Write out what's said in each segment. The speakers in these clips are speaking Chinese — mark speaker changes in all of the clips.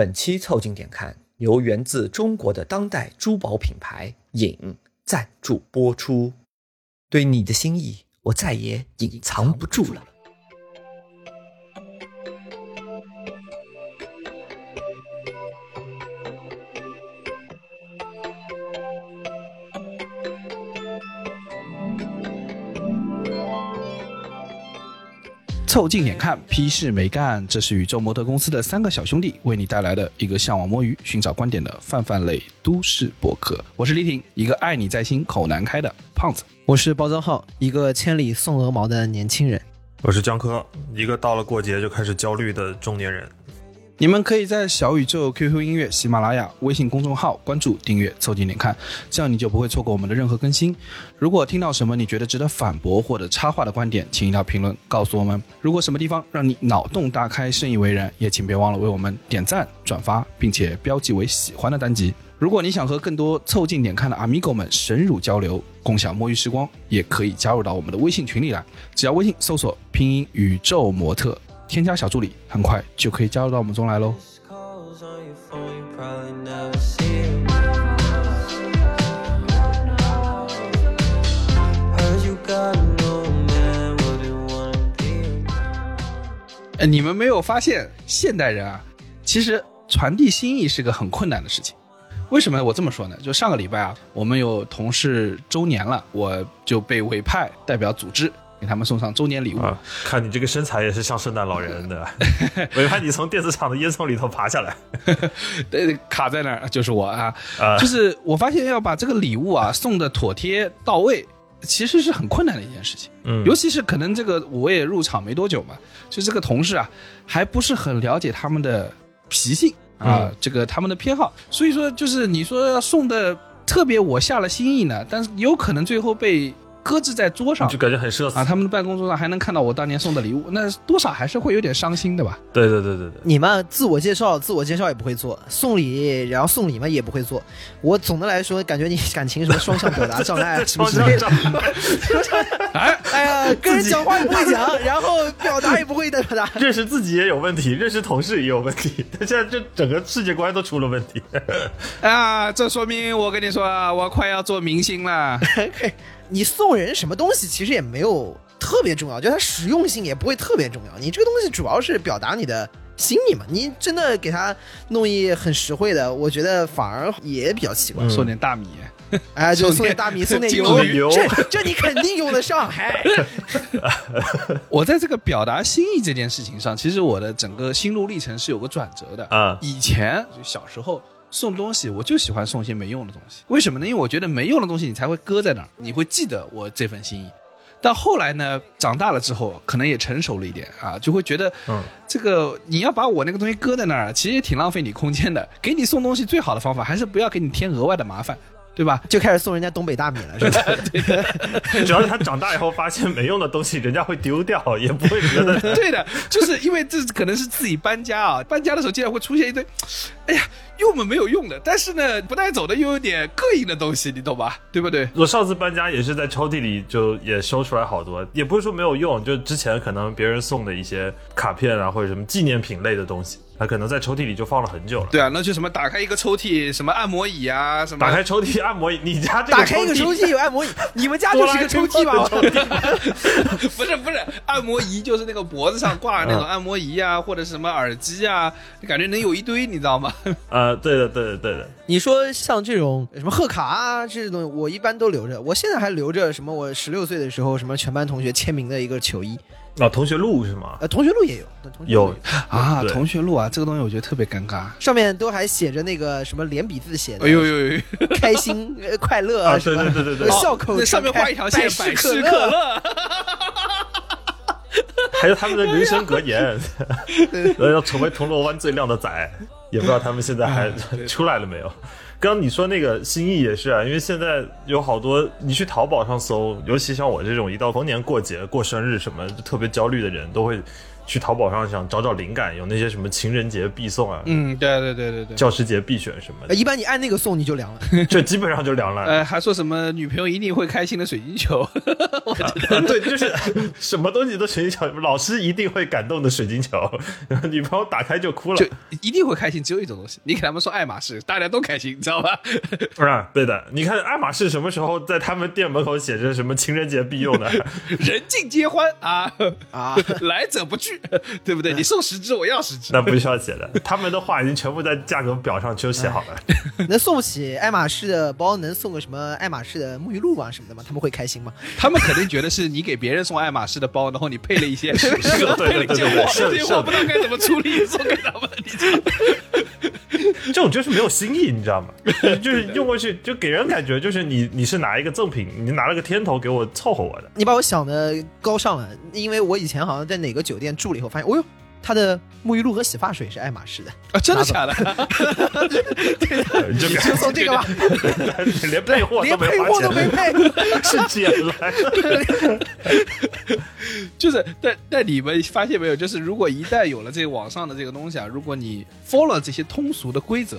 Speaker 1: 本期凑近点看由源自中国的当代珠宝品牌影赞助播出。对你的心意，我再也隐藏不住了。
Speaker 2: 凑近眼看，批示没干。这是宇宙模特公司的三个小兄弟为你带来的一个向往摸鱼、寻找观点的泛泛类都市博客。我是李挺，一个爱你在心、口难开的胖子。
Speaker 3: 我是包装浩，一个千里送鹅毛的年轻人。
Speaker 4: 我是江科，一个到了过节就开始焦虑的中年人。
Speaker 2: 你们可以在小宇宙、QQ 音乐、喜马拉雅、微信公众号关注、订阅、凑近点看，这样你就不会错过我们的任何更新。如果听到什么你觉得值得反驳或者插话的观点，请一定要评论告诉我们。如果什么地方让你脑洞大开、深以为然，也请别忘了为我们点赞、转发，并且标记为喜欢的单集。如果你想和更多凑近点看的 Amigo 们深入交流，共享摸鱼时光，也可以加入到我们的微信群里来。只要微信搜索拼音宇宙模特，添加小助理，很快就可以加入到我们中来喽。
Speaker 5: calls on your phone, you probably never see it. Heard you got a new man, what you wanna be?
Speaker 2: 呃，你们没有发现现代人啊，其实传递心意是个很困难的事情。为什么我这么说呢？就上个礼拜啊，我们有同事周年了，我就被委派代表组织给他们送上周年礼物。
Speaker 4: 啊，看你这个身材也是像圣诞老人的， 我怕你从电子厂的烟囱里头爬下来。
Speaker 2: 呃，卡在那儿就是我啊，
Speaker 4: 啊
Speaker 2: 就是我发现要把这个礼物啊送的妥帖到位，其实是很困难的一件事情。
Speaker 4: 嗯
Speaker 2: 尤其是可能这个我也入场没多久嘛，就这个同事啊，还不是很了解他们的脾性啊，
Speaker 4: 嗯
Speaker 2: 这个他们的偏好，所以说就是你说要送的特别我下了心意呢，但是有可能最后被搁置在桌上
Speaker 4: 就感觉很社死
Speaker 2: 啊，。他们的办公桌上还能看到我当年送的礼物，那多少还是会有点伤心的吧。
Speaker 4: 对对对对对，
Speaker 3: 你们自我介绍，自我介绍也不会做，送礼然后送礼嘛也不会做。我总的来说感觉你感情什么双向表 达障 碍啊什么
Speaker 4: 双
Speaker 3: 之
Speaker 4: 向
Speaker 3: 类的。
Speaker 4: 障碍
Speaker 3: 哎呀，跟人讲话也不会讲，然后表达也不会的哎表达。
Speaker 4: 认识自己也有问题，认识同事也有问题， 他现在这整个世界观都出了问题。
Speaker 2: 啊，这说明我跟你说啊，我快要做明星了。
Speaker 3: 你送人什么东西其实也没有特别重要，就它实用性也不会特别重要。你这个东西主要是表达你的心意嘛。你真的给他弄一很实惠的，我觉得反而也比较奇
Speaker 4: 嗯
Speaker 3: 怪。
Speaker 2: 送点大米，
Speaker 3: 哎，就
Speaker 2: 送
Speaker 3: 送
Speaker 2: 点
Speaker 3: 点大米，送点
Speaker 2: 金
Speaker 3: 油
Speaker 2: 龙，
Speaker 4: 油
Speaker 3: 这这你肯定用得上。哎，
Speaker 2: 我在这个表达心意这件事情上，其实我的整个心路历程是有个转折的
Speaker 4: 啊
Speaker 2: 以前就小时候送东西，我就喜欢送一些没用的东西，为什么呢？因为我觉得没用的东西你才会搁在那儿，你会记得我这份心意。但后来呢，长大了之后，可能也成熟了一点啊，就会觉得，
Speaker 4: 嗯，
Speaker 2: 这个你要把我那个东西搁在那儿，其实也挺浪费你空间的。给你送东西最好的方法还是不要给你添额外的麻烦，对吧？
Speaker 3: 就开始送人家东北大米了，是吧？
Speaker 4: 主要是他长大以后发现没用的东西，人家会丢掉，也不会觉得。
Speaker 2: 对的，就是因为这可能是自己搬家啊，搬家的时候竟然会出现一堆，哎呀，用嘛没有用的，但是呢不带走的又有点膈应的东西，你懂吧？对不对？
Speaker 4: 我上次搬家也是在抽屉里就也收出来好多，也不是说没有用，就之前可能别人送的一些卡片啊或者什么纪念品类的东西，它可能在抽屉里就放了很久了。
Speaker 2: 对啊，那就什么打开一个抽屉，什么按摩椅啊，什么
Speaker 4: 打开抽屉按摩椅，你家这
Speaker 3: 打开一个抽
Speaker 4: 屉
Speaker 3: 屉有按摩椅，你们家就是一个抽屉吧？
Speaker 2: 不是不是按摩仪，就是那个脖子上挂的那种按摩仪啊，或者是什么耳机啊，感觉能有一堆，你知道吗？
Speaker 4: 呃，对的，对的，对的，
Speaker 3: 你说像这种什么贺卡啊这些东西，我一般都留着。我现在还留着什么？我十六岁的时候，什么全班同学签名的一个球衣，
Speaker 4: 啊，同学录是吗？
Speaker 3: 呃，同学录也有，同学录也
Speaker 4: 有，
Speaker 2: 啊，
Speaker 4: 对
Speaker 2: 同学录啊，这个东西我觉得特别尴尬。
Speaker 3: 上面都还写着那个什么连笔字写的，
Speaker 2: 哎呦呦呦！
Speaker 3: 开心、呃快乐
Speaker 4: 啊
Speaker 3: 什么，
Speaker 4: 对对对对对
Speaker 3: 笑口
Speaker 2: 那
Speaker 3: 常开，
Speaker 2: 上面画一条线，百
Speaker 3: 百
Speaker 2: 事
Speaker 3: 乐，
Speaker 2: 乐。
Speaker 4: 还有他们的人生格言，呃要成为铜锣湾最靓的仔，也不知道他们现在 还出来了没有。刚刚你说那个心意也是啊，因为现在有好多你去淘宝上搜，尤其像我这种一到逢年过节、过生日什么就特别焦虑的人，都会去淘宝上想找找灵感，有那些什么情人节必送啊，
Speaker 2: 嗯，对对对对对。
Speaker 4: 教师节必选什么
Speaker 3: 呃
Speaker 4: 的，
Speaker 3: 一般你按那个送你就凉了，
Speaker 4: 这基本上就凉了。
Speaker 2: 呃，还说什么女朋友一定会开心的水晶 球，
Speaker 4: 呃对，就是 什么东西都水晶球，老师一定会感动的水晶球， 然后女朋友打开就哭了
Speaker 2: 就。一定会开心，只有一种东西。你给他们说爱马仕，大家都开心，你知道吧？
Speaker 4: 啊，对的，你看爱马仕什么时候在他们店门口写着什么情人节必用 的？
Speaker 2: 人尽皆欢啊
Speaker 3: 啊，
Speaker 2: 来者不拒，对不对？你送十只，我要十只。
Speaker 4: 那不需要写的，他们的话已经全部在价格表上就写好了。
Speaker 3: 能送起爱马仕的包，能送个什么爱马仕的沐浴露啊什么的吗？他们会开心吗？
Speaker 2: 他们肯定觉得是你给别人送爱马仕的包，然后你配了一些 配了一些
Speaker 4: 对对对
Speaker 2: 货，
Speaker 4: 是
Speaker 2: 这些
Speaker 4: 是
Speaker 2: 货不知道该怎么处理，送给他们，你知道吗？
Speaker 4: 这种就是没有新意，你知道吗？就是用过去就给人感觉就是你你是拿一个赠品，你拿了个天头给我凑合 我的。
Speaker 3: 你把我想的高尚了，因为我以前好像在哪个酒店住了以后，发现，哦呦，它的沐浴露和洗发水是爱马仕的，
Speaker 2: 啊，真的假的？
Speaker 4: 你就
Speaker 3: 就送这个吧，
Speaker 4: 连配货
Speaker 3: 连
Speaker 4: 都没
Speaker 3: 配
Speaker 4: 花
Speaker 3: 货都没配。
Speaker 4: 钱，是捡来的。
Speaker 2: 就是，但但你们发现没有？就是如果一旦有了这个网上的这个东西啊，如果你 follow 了这些通俗的规则，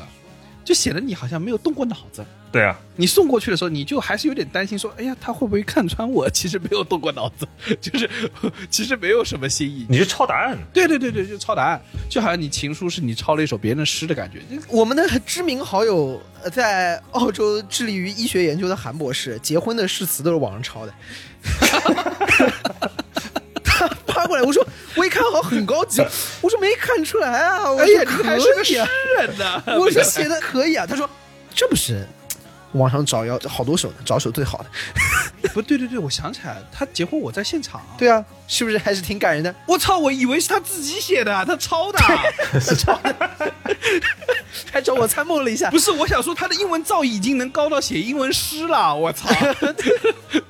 Speaker 2: 就显得你好像没有动过脑子。
Speaker 4: 对啊，
Speaker 2: 你送过去的时候，你就还是有点担心，说，哎呀，他会不会看穿我？其实没有动过脑子， 就是其实没有什么新意。
Speaker 4: 你是抄答案，
Speaker 2: 对对对对，就抄答案，就好像你情书是你抄了一首别人的诗的感觉。就
Speaker 3: 我们的知名好友呃在澳洲致力于医学研究的韩博士，结婚的誓词都是网上抄的。 他发过来，我说我一看好很高级，我说没看出来啊，我
Speaker 2: 哎
Speaker 3: 说
Speaker 2: 呀，
Speaker 3: 可以
Speaker 2: 你
Speaker 3: 啊
Speaker 2: 还是个诗人呢！
Speaker 3: 我说写的可以啊，他说这不是网上找要好多首呢，找首最好的。
Speaker 2: 不对对对，我想起来了，他结婚我在现场。
Speaker 3: 对啊，是不是还是挺感人的？
Speaker 2: 我操！我以为是他自己写的，啊他抄的。
Speaker 3: 还找我参谋了一下
Speaker 2: 不，是，我想说他的英文造诣已经能高到写英文诗了。我 操！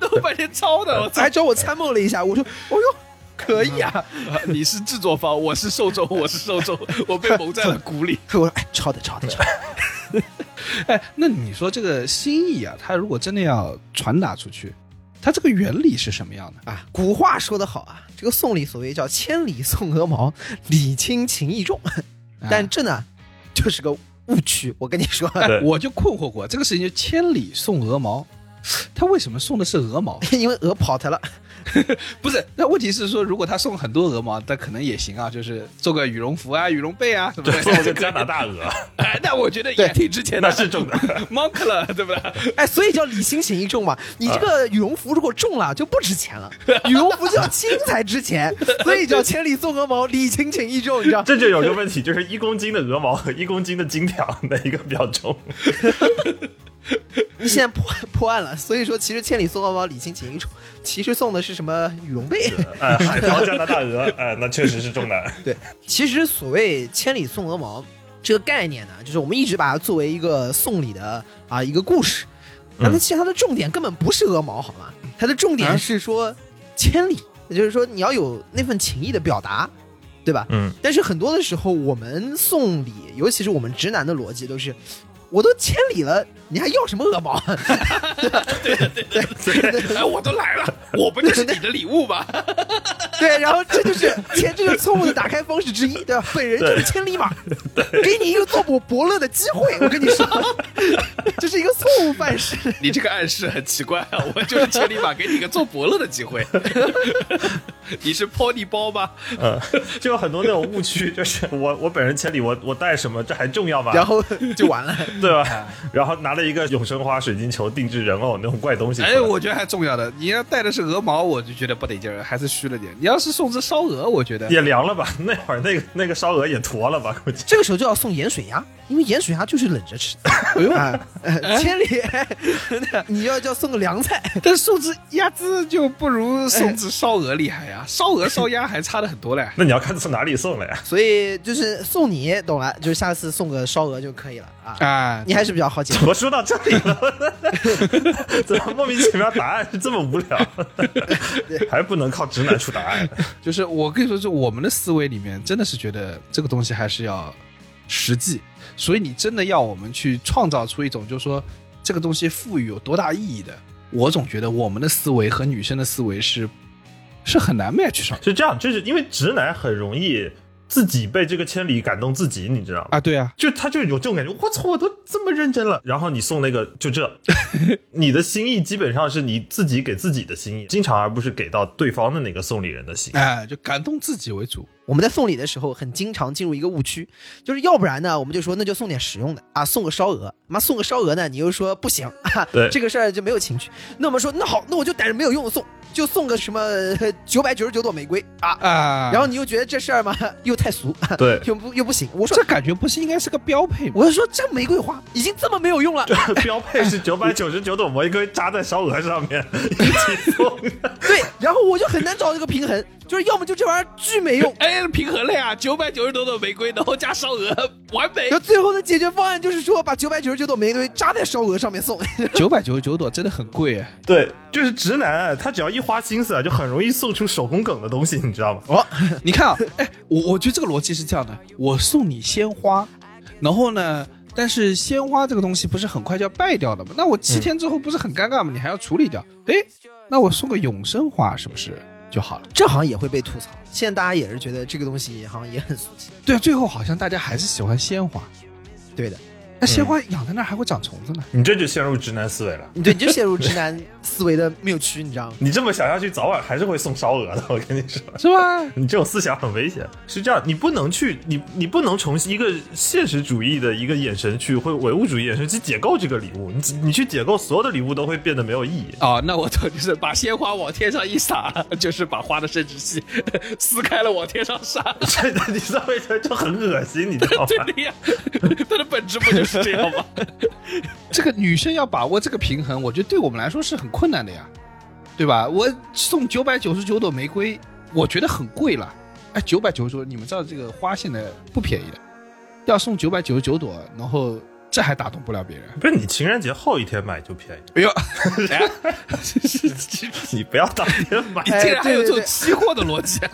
Speaker 2: 弄半天抄的，我操
Speaker 3: 还！找我参谋了一下，我说哦哟，可以啊。
Speaker 2: 啊 你是制作方，我是受众，我是受众，我被蒙在了鼓里。
Speaker 3: 我说哎，抄的抄的抄的。
Speaker 2: 哎，那你说这个心意啊，他如果真的要传达出去，它这个原理是什么样的？
Speaker 3: 啊，古话说得好啊，这个送礼所谓叫千里送鹅毛，礼轻情意重。但这呢，就是个误区。我跟你说，
Speaker 2: 哎
Speaker 4: 对，
Speaker 2: 我就困惑过这个事情，就千里送鹅毛，他为什么送的是鹅 毛？
Speaker 3: 因为鹅跑它了，
Speaker 2: 不是，那问题是说，如果他送很多鹅毛，那可能也行啊，就是做个羽绒服啊、羽绒被啊什么
Speaker 4: 对，送了
Speaker 2: 的。
Speaker 4: 个加拿大鹅，
Speaker 2: 哎， 那我觉得也挺值钱的，
Speaker 4: 那 是中的。
Speaker 2: monk 了，对不 对？
Speaker 3: 哎，所以叫礼轻情意重嘛。你这个羽绒服如果重了就不值钱了，羽绒服就要轻才值钱，所以叫千里送鹅毛，礼轻情意重，你知道？
Speaker 4: 这就有个问题，就是一公斤的鹅毛和一公斤的金条，哪一个比较重？
Speaker 3: 你现在破破案了，所以说其实千里送鹅毛，礼轻情意重，其实送的是什么羽绒被？
Speaker 4: 呃，海淘加拿大鹅，呃，那确实是中的。
Speaker 3: 对， 其实所谓“千里送鹅毛”这个概念呢，就是我们一直把它作为一个送礼的啊一个故事。那么
Speaker 4: 嗯啊
Speaker 3: 其实它的重点根本不是鹅毛，好吗？它的重点是说千里，也就是说你要有那份情意的表达，对吧？
Speaker 4: 嗯，
Speaker 3: 但是很多的时候，我们送礼，尤其是我们直男的逻辑都是。我都千里了，你还要什么鹅毛？
Speaker 2: 哎，我都来了，我不就是你的礼物吗？
Speaker 3: 对，然后这就是钱，这就是错误的打开方式之一，对吧？本人就是千里马， 给你一个做博伯乐的机会，我跟你说， 这是一个错误范式。
Speaker 2: 你这个暗示很奇怪啊，我就是千里马给你个做伯乐的机会。 你是 pony 包吗？
Speaker 4: 嗯， 就有很多那种误区，就是我我本人千里，我我带什么，这还重要吗？
Speaker 3: 然后就完了。
Speaker 4: 对
Speaker 2: 哎
Speaker 4: 吧？然后拿了一个永生花水晶球定制人偶那种怪东西出来，
Speaker 2: 哎，我觉得还重要的，你要带的是鹅毛，我就觉得不得劲儿，还是虚了点。你要是送只烧鹅，我觉得
Speaker 4: 也凉了吧？那会儿那个那个烧鹅也坨了吧？估计
Speaker 3: 这个时候就要送盐水鸭，因为盐水鸭就是冷着吃。 哎呦，呃千 里，你要要送个凉菜，
Speaker 2: 但送只鸭子就不如送只烧鹅厉害呀，烧鹅烧鸭还差的很多嘞。
Speaker 4: 那你要看从哪里送啊了呀？
Speaker 3: 所以就是送你，懂了？就是下次送个烧鹅就可以了啊。
Speaker 2: 啊，
Speaker 3: 你还是比较好解决。
Speaker 4: 怎么说到这里了？ 怎么莫名其妙答案是这么无聊？还不能靠直男出答案？
Speaker 2: 就是我跟你说，就我们的思维里面，真的是觉得这个东西还是要实际，所以你真的要我们去创造出一种，就是说这个东西赋予有多大意义的。我总觉得我们的思维和女生的思维是是很难 match 上的
Speaker 4: 是这样，就是因为直男很容易自己被这个千里感动自己，你知道吗？
Speaker 2: 啊。对啊，
Speaker 4: 就他就有这种感觉，我操，我都这么认真了，然后你送那个就这，你的心意基本上是你自己给自己的心意，经常而不是给到对方的那个送礼人 的心意。
Speaker 2: 哎，就感动自己为主。
Speaker 3: 我们在送礼的时候，很经常进入一个误区，就是要不然呢，我们就说那就送点实用的啊，送个烧鹅。妈送个烧鹅呢，你又说不行，啊、
Speaker 4: 对
Speaker 3: 这个事儿就没有情趣。那我们说那好，那我就逮着没有用的送，就送个什么九百九十九朵玫瑰啊。
Speaker 2: 啊，
Speaker 3: 然后你又觉得这事儿嘛又太俗，啊
Speaker 4: 对
Speaker 3: 又不又不行。我说
Speaker 2: 这感觉不是应该是个标配吗？
Speaker 3: 我就说这玫瑰花已经这么没有用了，
Speaker 4: 标配是九百九十九朵玫瑰扎在烧鹅上面一起送，
Speaker 3: 对，然后我就很难找这个平衡，就是要么就这玩意儿巨没用，
Speaker 2: 哎，平衡了呀，九百九十多朵玫瑰，然后加烧鹅，完美
Speaker 3: 然后。最后的解决方案就是说把九百九十九朵玫瑰扎在烧鹅上面送。
Speaker 2: 九百九十九朵真的很贵 哎，
Speaker 4: 对，就是直男，他只要一花心思啊，就很容易送出手工梗的东西，你知道吗？
Speaker 3: 哦，
Speaker 2: 你看啊，哎，我我觉得这个逻辑是这样的：我送你鲜花，然后呢，但是鲜花这个东西不是很快就要败掉的吗？那我七天之后不是很尴尬吗？你还要处理掉。哎，那我送个永生花是不是就好了？
Speaker 3: 这好像也会被吐槽。现在大家也是觉得这个东西好像也很俗气。
Speaker 2: 对，啊最后好像大家还是喜欢鲜花。
Speaker 3: 对的，
Speaker 2: 那鲜花养在那儿还会长虫子呢。
Speaker 4: 你这就陷入直男思维了。
Speaker 3: 你对你就陷入直男思维的谬区，你知道吗？
Speaker 4: 你这么想下去，早晚还是会送烧鹅的。我跟你说，
Speaker 2: 是吧？
Speaker 4: 你这种思想很危险。是这样，你不能去，你你不能从一个现实主义的一个眼神去，或唯物主义眼神去解构这个礼物。你你去解构所有的礼物都会变得没有意义。
Speaker 2: 哦，那我懂，就是把鲜花往天上一撒，就是把花的生殖器撕开了往天上撒。
Speaker 4: 这你知道为什么就很恶心，你知 道吗？
Speaker 2: 的呀， 它的本质不就是这样吗？ 这个女生要把握这个平衡，我觉得对我们来说是很困难的呀，对吧？我送九百九十九朵玫瑰，我觉得很贵了。哎，九百九十九，你们知道这个花现在不便宜的，要送九百九十九朵，然后这还打动不了别人。
Speaker 4: 不是你情人节后一天买就便宜，
Speaker 2: 哎呦，
Speaker 4: 哎 你不要当天买。
Speaker 3: 哎
Speaker 2: 竟然还有这
Speaker 3: 对对
Speaker 2: 种
Speaker 3: 对
Speaker 2: 期货的逻辑，啊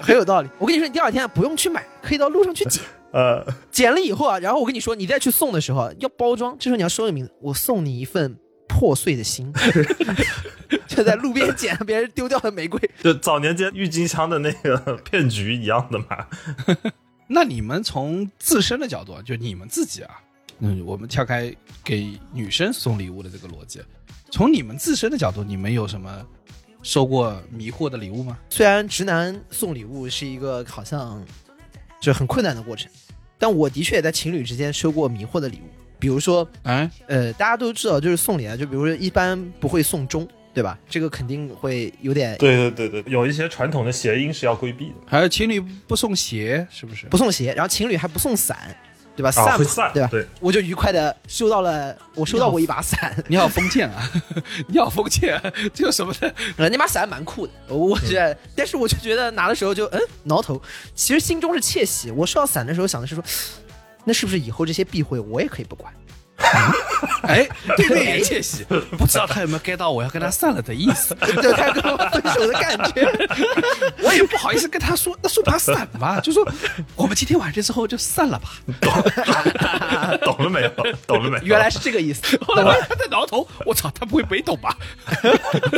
Speaker 3: 很有道理。我跟你说，你第二天啊不用去买，可以到路上去捡。
Speaker 4: 呃，
Speaker 3: 捡了以后啊，然后我跟你说，你再去送的时候啊要包装，这时候你要说个名字，我送你一份破碎的心，就在路边捡别人丢掉的玫瑰。
Speaker 4: 就早年间郁金香的那个骗局一样的嘛。
Speaker 2: 那你们从自身的角度，就你们自己啊，嗯，我们跳开给女生送礼物的这个逻辑，从你们自身的角度，你们有什么收过迷惑的礼物吗？
Speaker 3: 虽然直男送礼物是一个好像就很困难的过程，但我的确也在情侣之间收过迷惑的礼物，比如说
Speaker 2: 哎，
Speaker 3: 呃，大家都知道，就是送礼啊，就比如说一般不会送钟，对吧？这个肯定会有点
Speaker 4: 对对对对，有一些传统的谐音是要规避的。
Speaker 2: 还有情侣不送鞋，是不是？
Speaker 3: 不送鞋，然后情侣还不送伞，对吧？
Speaker 4: 啊，
Speaker 3: 伞
Speaker 4: 会
Speaker 3: 嘛、
Speaker 4: 散，
Speaker 3: 对吧？
Speaker 4: 对，
Speaker 3: 我就愉快的收到了，我收到过一把伞，
Speaker 2: 你好封建啊！ 你好封建、啊，这有什么的？
Speaker 3: 呃，那把伞蛮酷的，我
Speaker 4: 嗯
Speaker 3: 觉得，但是我就觉得拿的时候就嗯挠头，其实心中是窃喜。我收到伞的时候想的是说，那是不是以后这些避讳我也可以不管？
Speaker 2: 哎，对面也窃喜，不知道他有没有 get 到我要跟他散了的意思。
Speaker 3: 对，他跟我分手的感觉。
Speaker 2: 我也不好意思跟他说，那说把散吧，就说我们今天晚上之后就散了吧。
Speaker 4: 懂了没有？懂了没有？
Speaker 3: 原来是这个意思，
Speaker 2: 后来发现他在挠头，我操，他不会没懂吧？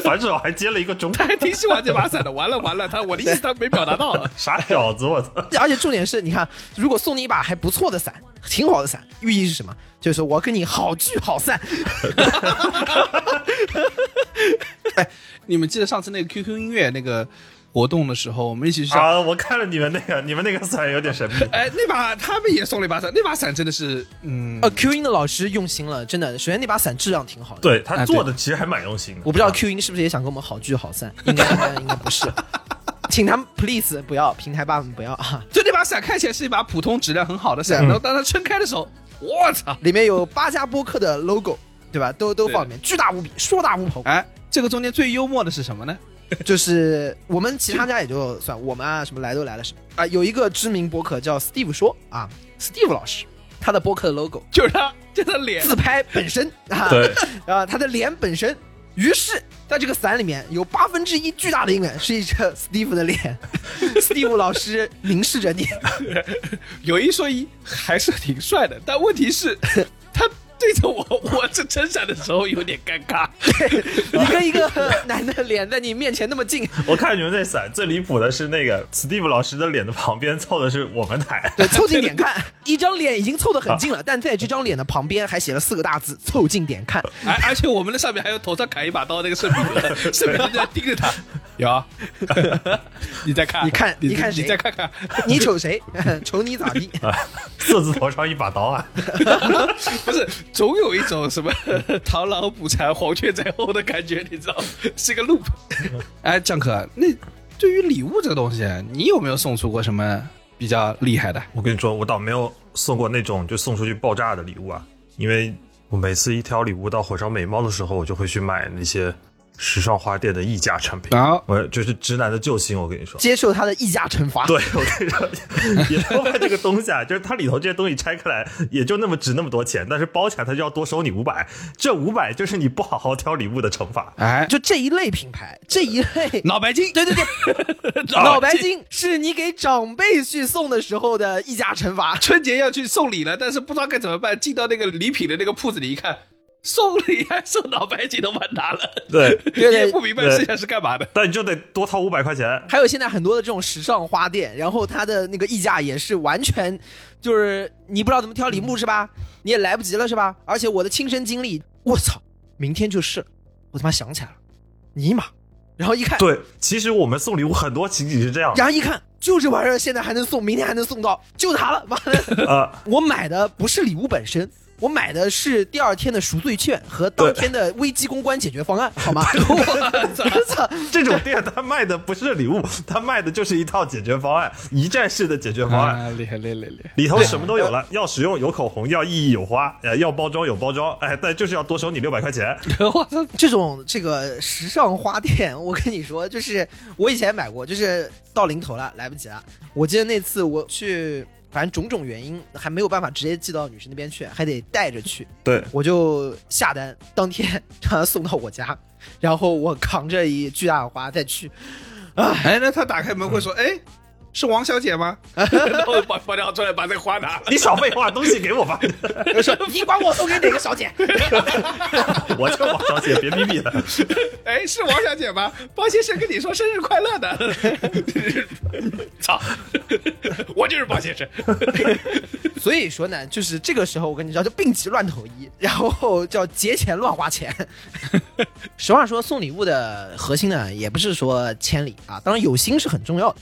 Speaker 4: 反手还接了一个中
Speaker 2: 他还挺喜欢这把伞的。完了完了，他我的意思他没表达到。啊
Speaker 4: 傻小子，我操！
Speaker 3: 而且重点是，你看，如果送你一把还不错的伞，挺好的伞，寓意是什么？就是说我要跟你好聚好散。
Speaker 2: 你们记得上次那个 QQ 音乐那个活动的时候，我们一起去上。
Speaker 4: 啊，我看了你们那个，你们那个伞有点神秘。
Speaker 2: 哎，那把他们也送了一把伞，那把伞真的是，嗯，
Speaker 3: 呃，Q 音的老师用心了，真的。首先那把伞质量挺好的，
Speaker 4: 对
Speaker 2: 哎
Speaker 4: 他
Speaker 2: 对
Speaker 4: 做的其实还蛮用心的。
Speaker 3: 啊
Speaker 4: 啊
Speaker 3: 我不知道 Q 音是不是也想跟我们好聚好散，应该应该应该不 是。请他们 please 不要，平台爸们不要啊！
Speaker 2: 就那把伞看起来是一把普通质量很好的伞，然后当它撑开的时候，我操！
Speaker 3: 里面有八家播客的 logo，对吧？都都放里面，巨大无比，硕大无朋。
Speaker 2: 哎，这个中间最幽默的是什么呢？
Speaker 3: 就是我们其他家也就算，我们啊什么来都来了是啊，有一个知名播客叫 Steve 说啊，Steve 老师，他的播客的 logo
Speaker 2: 就是他，就是他脸。
Speaker 3: 自拍本身啊，
Speaker 4: 对，
Speaker 3: 啊，他的脸本身。于是，在这个伞里面有八分之一巨大的一面是一个 Steve 的脸 ，Steve 老师凝视 着你，
Speaker 2: 有一说一，还是挺帅的，但问题是，他对着我，我这撑伞的时候有点尴 尬。
Speaker 3: 你跟一个男的脸在你面前那么 近，
Speaker 4: 我看你们那伞最离谱的是那个 Steve 老师的脸的旁边凑的是我们台，
Speaker 3: 对，凑近点看，一张脸已经凑得很
Speaker 4: 啊
Speaker 3: 近了，但在这张脸的旁边还写了四个大字“凑近点 看
Speaker 2: 而哎而且我们的上面还有头上砍一把刀那个视频，视频 就在盯着他。有 啊，你再看，啊
Speaker 3: 你看
Speaker 2: 你
Speaker 3: 你看谁
Speaker 2: 你再看看，”，
Speaker 3: 你瞅谁？ 瞅你咋地？
Speaker 4: 色啊字头上一把刀啊！
Speaker 2: 不是，总有一种什么 螳螂捕蝉，黄雀在后的感觉，你知道吗，是个 loop。哎，江可，那对于礼物这个东西，啊你有没有送出过什么比较厉害的？
Speaker 4: 我跟你说，我倒没有送过那种就送出去爆炸的礼物啊，因为我每次一挑礼物到火烧眉毛的时候，我就会去买那些时尚花店的溢价产品。
Speaker 2: 啊
Speaker 4: 我就是直男的救星，我跟你说。
Speaker 3: 接受他的溢价惩罚。
Speaker 4: 对，我跟你说，也说卖这个东西啊，就是它里头这些东西拆开来也就那么值那么多钱，但是包起来它就要多收你五百，这五百就是你不好好挑礼物的惩罚。
Speaker 2: 哎，
Speaker 3: 就这一类品牌，这一类
Speaker 2: 脑白 金，对对对，
Speaker 4: 啊
Speaker 3: 脑白。金是你给长辈去送的时候的溢价惩罚。
Speaker 2: 春节要去送礼了，但是不知道该怎么办，进到那个礼品的那个铺子里一看，送礼还送脑白金都完拿了，
Speaker 4: 对，
Speaker 3: 对
Speaker 2: 也不明白
Speaker 4: 对
Speaker 2: 剩下是干嘛的。
Speaker 4: 但你就得多掏五百块钱。
Speaker 3: 还有现在很多的这种时尚花店，然后它的那个溢价也是完全，就是你不知道怎么挑礼物是吧？你也来不及了是吧？而且我的亲身经历，我操，明天就是，我他妈想起来了，尼玛！然后一看，
Speaker 4: 对，其实我们送礼物很多情景是这样的
Speaker 3: 然后一看，就这玩意儿现在还能送，明天还能送到，就它了，妈的！
Speaker 4: 啊、
Speaker 3: 我买的不是礼物本身。我买的是第二天的赎罪券和当天的危机公关解决方案，好吗？我操！
Speaker 4: 这种店他卖的不是礼物，他卖的就是一套解决方案，一站式的解决方案，，
Speaker 2: 啊厉害厉害厉害！
Speaker 4: 里头什么都有了，要实用有口红，要意义有花，呃，要包装有包装，哎，但就是要多收你六百块钱。
Speaker 2: 我操，
Speaker 3: 这种这个时尚花店，我跟你说，就是我以前买过，就是到临头了，来不及了。我记得那次我去，反正种种原因还没有办法直接寄到女生那边去，还得带着去，
Speaker 4: 对，
Speaker 3: 我就下单，当天 让他送到我家，然后我扛着一巨大的花再去。
Speaker 2: 哎，那他打开门会说，哎，是王小姐 吗？然后把包掉出来，把这个花拿了。
Speaker 4: 啊你少废话，东西给我吧，
Speaker 3: 我说：“你管我送给哪个小姐？
Speaker 4: 我就王小姐，别逼逼了。
Speaker 2: 哎，是王小姐吗？包先生跟你说生日快乐 的。操，我就是包先生。
Speaker 3: 所以说呢，就是这个时候，我跟你说，就病急乱投医， 然后叫节前乱花钱。 实话说，送礼物的核心呢，也不是说千里啊，当然有心是很重要的。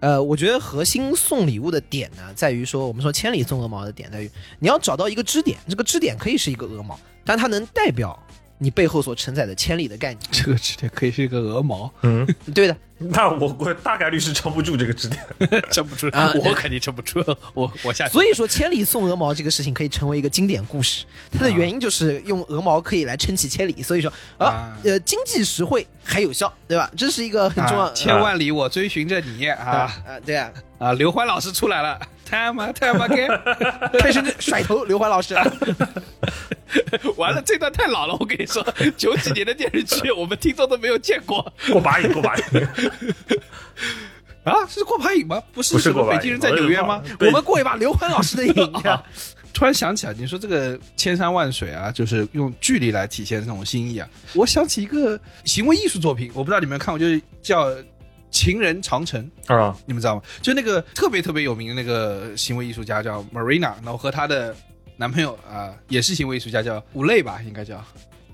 Speaker 3: 呃，我觉得核心送礼物的点呢，在于说，我们说千里送鹅毛的点在于，你要找到一个支点，这个支点可以是一个鹅毛，但它能代表你背后所承载的千里的概念。
Speaker 2: 这个指甲可以是一个鹅毛，
Speaker 3: 对的，
Speaker 4: 那我我大概率是撑不住这个支点。
Speaker 2: 撑不住
Speaker 3: 啊，
Speaker 2: 我肯定撑不住，我我 下去。
Speaker 3: 所以说千里送鹅毛这个事情可以成为一个经典故事，它的原因就是用鹅毛可以来撑起千里，所以说啊
Speaker 2: 啊，
Speaker 3: 呃，经济实惠还有效，对吧？这是一个很重要
Speaker 2: 啊，千万里我追寻着你啊
Speaker 3: 啊，对啊，
Speaker 2: 啊！刘欢老师出来了，他妈他妈 给，
Speaker 3: 开始甩头，刘欢 老师，
Speaker 2: 啊完了这段太老了，我跟你说，九几年的电视剧我们听众都没有见过
Speaker 4: 过把瘾，过把瘾，
Speaker 2: 啊！是过把瘾吗？不是
Speaker 4: 不是
Speaker 2: 什么
Speaker 4: 过把瘾
Speaker 2: 北京人在纽约吗？
Speaker 4: 对
Speaker 3: 我们过一把刘欢老师 的瘾啊，
Speaker 2: 突然想起来，你说这个千山万水啊，就是用距离来体现这种心意啊。我想起一个行为艺术作品，我不知道你们有没有看过，就是叫《情人长城》。
Speaker 4: 啊，
Speaker 2: 你们知道吗？就那个特别特别有名的那个行为艺术家叫 Marina，然后和她的男朋友啊、也是行为艺术家叫吴磊吧，应该叫。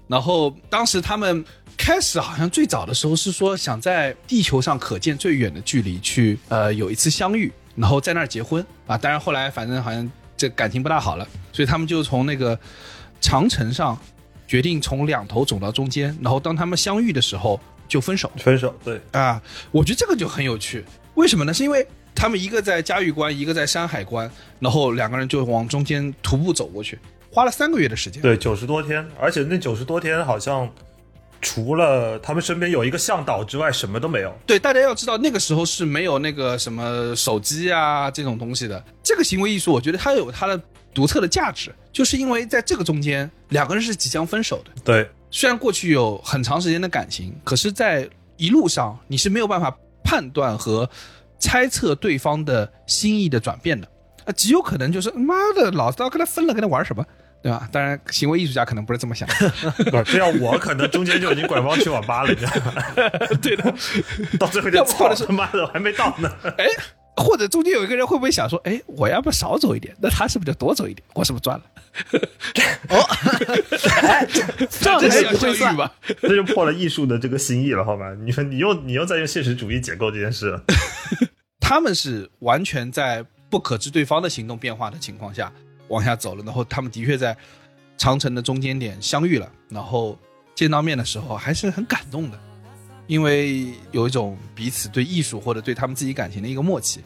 Speaker 2: 然后当时他们开始好像最早的时候是说想在地球上可见最远的距离去呃有一次相遇，然后在那儿结婚啊。当然后来反正好像这感情不大好了，所以他们就从那个长城上决定从两头走到中间，然后当他们相遇的时候就分手。
Speaker 4: 分手，对，
Speaker 2: 啊，我觉得这个就很有趣。为什么呢？是因为他们一个在嘉峪关，一个在山海关，然后两个人就往中间徒步走过去，花了三个月的时间。
Speaker 4: 对，九十多天，而且那九十多天好像除了他们身边有一个向导之外，什么都没有。
Speaker 2: 对，大家要知道，那个时候是没有那个什么手机啊这种东西的。这个行为艺术，我觉得它有它的独特的价值，就是因为在这个中间，两个人是即将分手的。
Speaker 4: 对，
Speaker 2: 虽然过去有很长时间的感情，可是，在一路上你是没有办法判断和猜测对方的心意的转变的。啊，极有可能就是妈的，老子要跟他分了，跟他玩什么，对吧？当然，行为艺术家可能不是这么 想的，
Speaker 4: 不是， 这要我可能中间就已经拐弯去网吧了，你知道吗？
Speaker 2: 对的。
Speaker 4: 到最后
Speaker 2: 要
Speaker 4: 就
Speaker 2: 不或
Speaker 4: 操
Speaker 2: 者是
Speaker 4: 他妈的，我还没到 呢。
Speaker 2: 哎，或者中间有一个人会不会想说，哎，我要不少走一点，那他是不是就多走一点？我是不是赚了？
Speaker 3: 哦 这样
Speaker 2: 这是
Speaker 3: 还
Speaker 2: 有
Speaker 3: 不会
Speaker 2: 教育
Speaker 3: 算，
Speaker 2: 吧？
Speaker 4: 这就破了艺术的这个心意了，好吧？你说你又你又在用现实主义解构这件事了，
Speaker 2: 他们是完全在不可知对方的行动变化的情况下往下走了，然后他们的确在长城的中间点相遇了，然后见到面的时候还是很感动的，因为有一种彼此对艺术或者对他们自己感情的一个默契，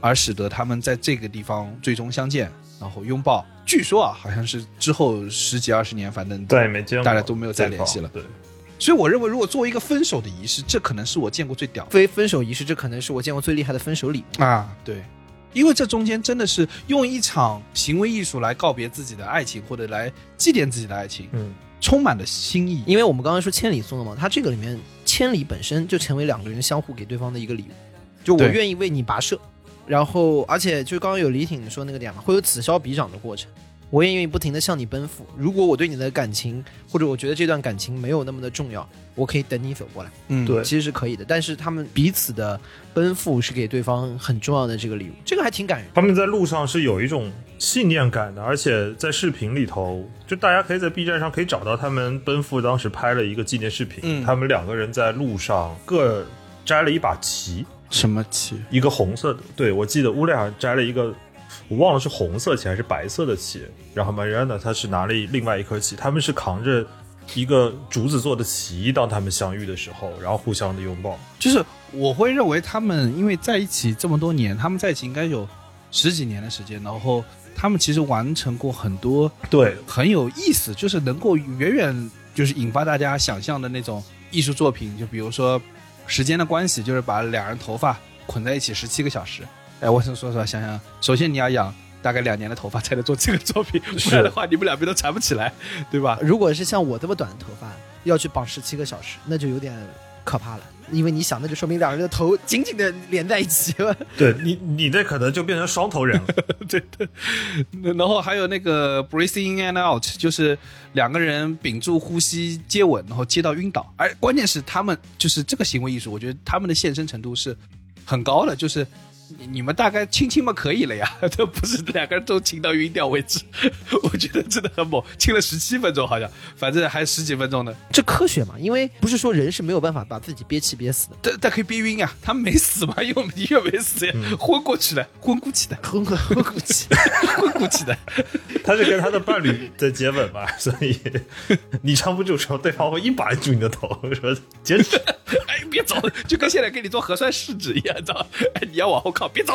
Speaker 2: 而使得他们在这个地方最终相见，然后拥抱。据说啊，好像是之后十几二十年，反正
Speaker 4: 对，没见过，
Speaker 2: 大家都没有再联系了
Speaker 4: 对，
Speaker 2: 所以我认为，如果作为一个分手的仪式，这可能是我见过最屌的。
Speaker 3: 非分手仪式，这可能是我见过最厉害的分手礼物。
Speaker 2: 啊，对，因为这中间真的是用一场行为艺术来告别自己的爱情，或者来祭奠自己的爱情，
Speaker 4: 嗯，
Speaker 2: 充满了新意。
Speaker 3: 因为我们刚刚说千里送的嘛，它这个里面千里本身就成为两个人相互给对方的一个礼物，就我
Speaker 2: 对
Speaker 3: 愿意为你跋涉，然后而且就刚刚有李挺说那个点嘛，会有此消彼长的过程，我也愿意不停的向你奔赴。如果我对你的感情或者我觉得这段感情没有那么的重要，我可以等你走过来，
Speaker 2: 嗯，
Speaker 4: 对
Speaker 3: 其实是可以的。但是他们彼此的奔赴是给对方很重要的这个礼物，这个还挺感人的。
Speaker 4: 他们在路上是有一种信念感的，而且在视频里头，就大家可以在 B 站上可以找到他们奔赴当时拍了一个纪念视频，
Speaker 2: 嗯
Speaker 4: 他们两个人在路上各摘了一把旗，
Speaker 2: 什么棋？
Speaker 4: 一个红色的，对我记得乌列尔摘了一个，我忘了是红色旗还是白色的旗，然后 Mariana 她是拿了另外一颗旗，他们是扛着一个竹子做的旗，当他们相遇的时候，然后互相的拥抱，
Speaker 2: 就是我会认为他们因为在一起这么多年，他们在一起应该有十几年的时间，然后他们其实完成过很多
Speaker 4: 对，
Speaker 2: 很有意思，就是能够远远就是引发大家想象的那种艺术作品，就比如说《时间的关系》，就是把两人头发捆在一起十七个小时。哎，我先说实话，想想，首先你要养大概两年的头发才能做这个作品，
Speaker 4: 是
Speaker 2: 不然的话你们两边都缠不起来，对吧？
Speaker 3: 如果是像我这么短的头发，要去绑十七个小时，那就有点可怕了。因为你想，那就说明两人的头紧紧的连在一起了。
Speaker 4: 对你你那可能就变成双头 人了，
Speaker 2: 对对。然后还有那个 breathing in and out，就是两个人屏住呼吸接吻，然后接到晕倒。而关键是他们就是这个行为艺术，我觉得他们的献身程度是很高的，就是。你你们大概亲亲嘛可以了呀， 这不是两个人都亲到晕掉为止， 我觉得真的很猛，亲了十七分钟好像，反正还十几分钟呢，
Speaker 3: 这科学嘛？因为不是说人是没有办法把自己憋气憋死的，
Speaker 2: 但但可以憋晕啊，他们没死嘛，因为我们的确没死呀，昏过去的，嗯昏过去的，
Speaker 3: 吞个吞口气。
Speaker 2: 昏过去的，
Speaker 4: 他是跟他的伴侣在接吻嘛， 所以你撑不住的时候，对方会一把住你的头，说截止。
Speaker 2: 哎，别走，就跟现在给你做核酸试纸一样，知道吧？哎，你要往后靠，别走。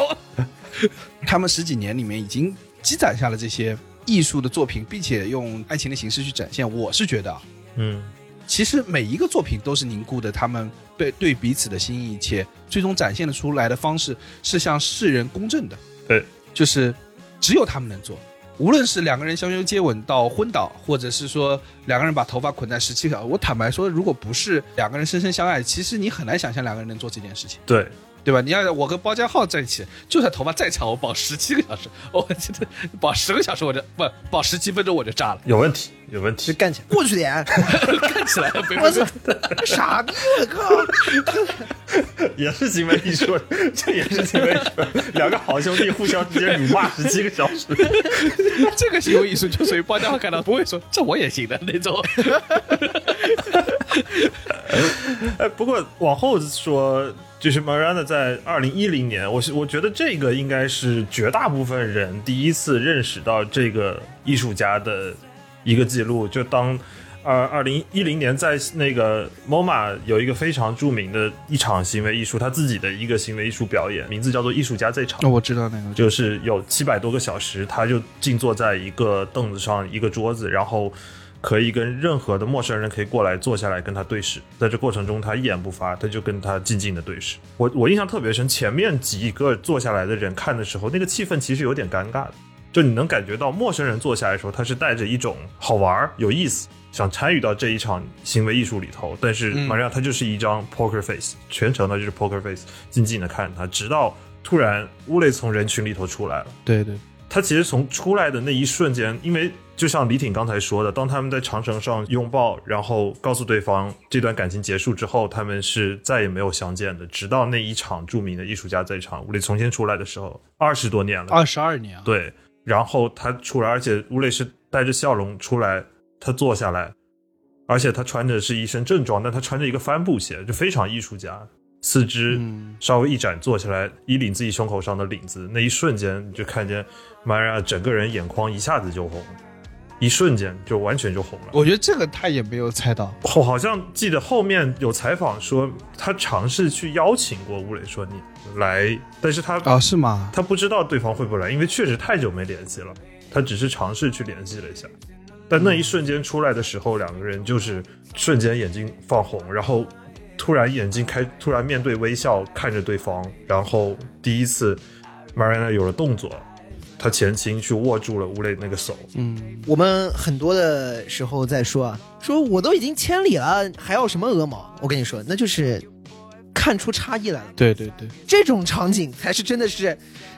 Speaker 2: 他们十几年里面已经积攒下了这些艺术的作品，并且用爱情的形式去展现。我是觉得啊，
Speaker 4: 嗯，
Speaker 2: 其实每一个作品都是凝固的，他们对对彼此的心意，且最终展现的出来的方式是向世人公正的。
Speaker 4: 对，
Speaker 2: 就是只有他们能做。无论是两个人相拥接吻到昏倒，或者是说两个人把头发捆在十七个小时，我坦白说，如果不是两个人深深相爱，其实你很难想象两个人能做这件事情，
Speaker 4: 对，
Speaker 2: 对吧？你要我跟包家浩在一起，就算头发再长，我绑十七个小时，我觉得绑十个小时我就不绑十七分钟我就炸了，
Speaker 4: 有问题，有问
Speaker 3: 就
Speaker 4: 题。
Speaker 3: 干起来，过去点！
Speaker 2: 看起来没
Speaker 3: 我操，傻逼！我靠！
Speaker 4: 也是行为艺术，这也是行为艺术。两个好兄弟互相之间辱骂十七个小时，
Speaker 2: 这个行为艺术就属于包家浩看到不会说这我也行的那种，
Speaker 4: 哎，不过往后说，就是 Mariana 在二零一零年，我是我觉得这个应该是绝大部分人第一次认识到这个艺术家的一个记录。就当二二零一零年在那个 MoMA 有一个非常著名的一场行为艺术，他自己的一个行为艺术表演，名字叫做《艺术家这场》。
Speaker 2: 我知道那个
Speaker 4: 就是有七百多个小时，他就静坐在一个凳子上一个桌子，然后可以跟任何的陌生人可以过来坐下来跟他对视。在这过程中，他一言不发，他就跟他静静的对视。我我印象特别深，前面几个坐下来的人看的时候，那个气氛其实有点尴尬的，就你能感觉到陌生人坐下来的时候，他是带着一种好玩儿、有意思。想参与到这一场行为艺术里头，但是
Speaker 2: 嗯
Speaker 4: 玛利亚她就是一张 poker face，、全程呢就是 poker face，静静的看他，直到突然乌雷从人群里头出来了，
Speaker 2: 对对，
Speaker 4: 他其实从出来的那一瞬间，因为就像李挺刚才说的，当他们在长城上拥抱，然后告诉对方这段感情结束之后，他们是再也没有相见的，直到那一场著名的艺术家在场，无力重新出来的时候，二十多年了，
Speaker 2: 二十二年啊，
Speaker 4: 对，然后他出来，而且吴磊是带着笑容出来，他坐下来，而且他穿着是一身正装，但他穿着一个帆布鞋，就非常艺术家，四肢
Speaker 2: 嗯
Speaker 4: 稍微一展坐起来，一领自己胸口上的领子，那一瞬间你就看见玛雅整个人眼眶一下子就红了，一瞬间就完全就红了。
Speaker 2: 我觉得这个他也没有猜到，
Speaker 4: 我好像记得后面有采访说，他尝试去邀请过吴磊说你来，但是他
Speaker 2: 啊，是吗？
Speaker 4: 他不知道对方会不会来，因为确实太久没联系了。他只是尝试去联系了一下，但那一瞬间出来的时候，两个人就是瞬间眼睛放红，然后突然眼睛开，突然面对微笑看着对方，然后第一次 Marina 有了动作，他前倾去握住了吴磊那个手，
Speaker 2: 嗯，
Speaker 3: 我们很多的时候在说啊，说我都已经千里了，还要什么鹅毛？我跟你说，那就是看出差异来了。
Speaker 2: 对对对，
Speaker 3: 这种场景才是真的是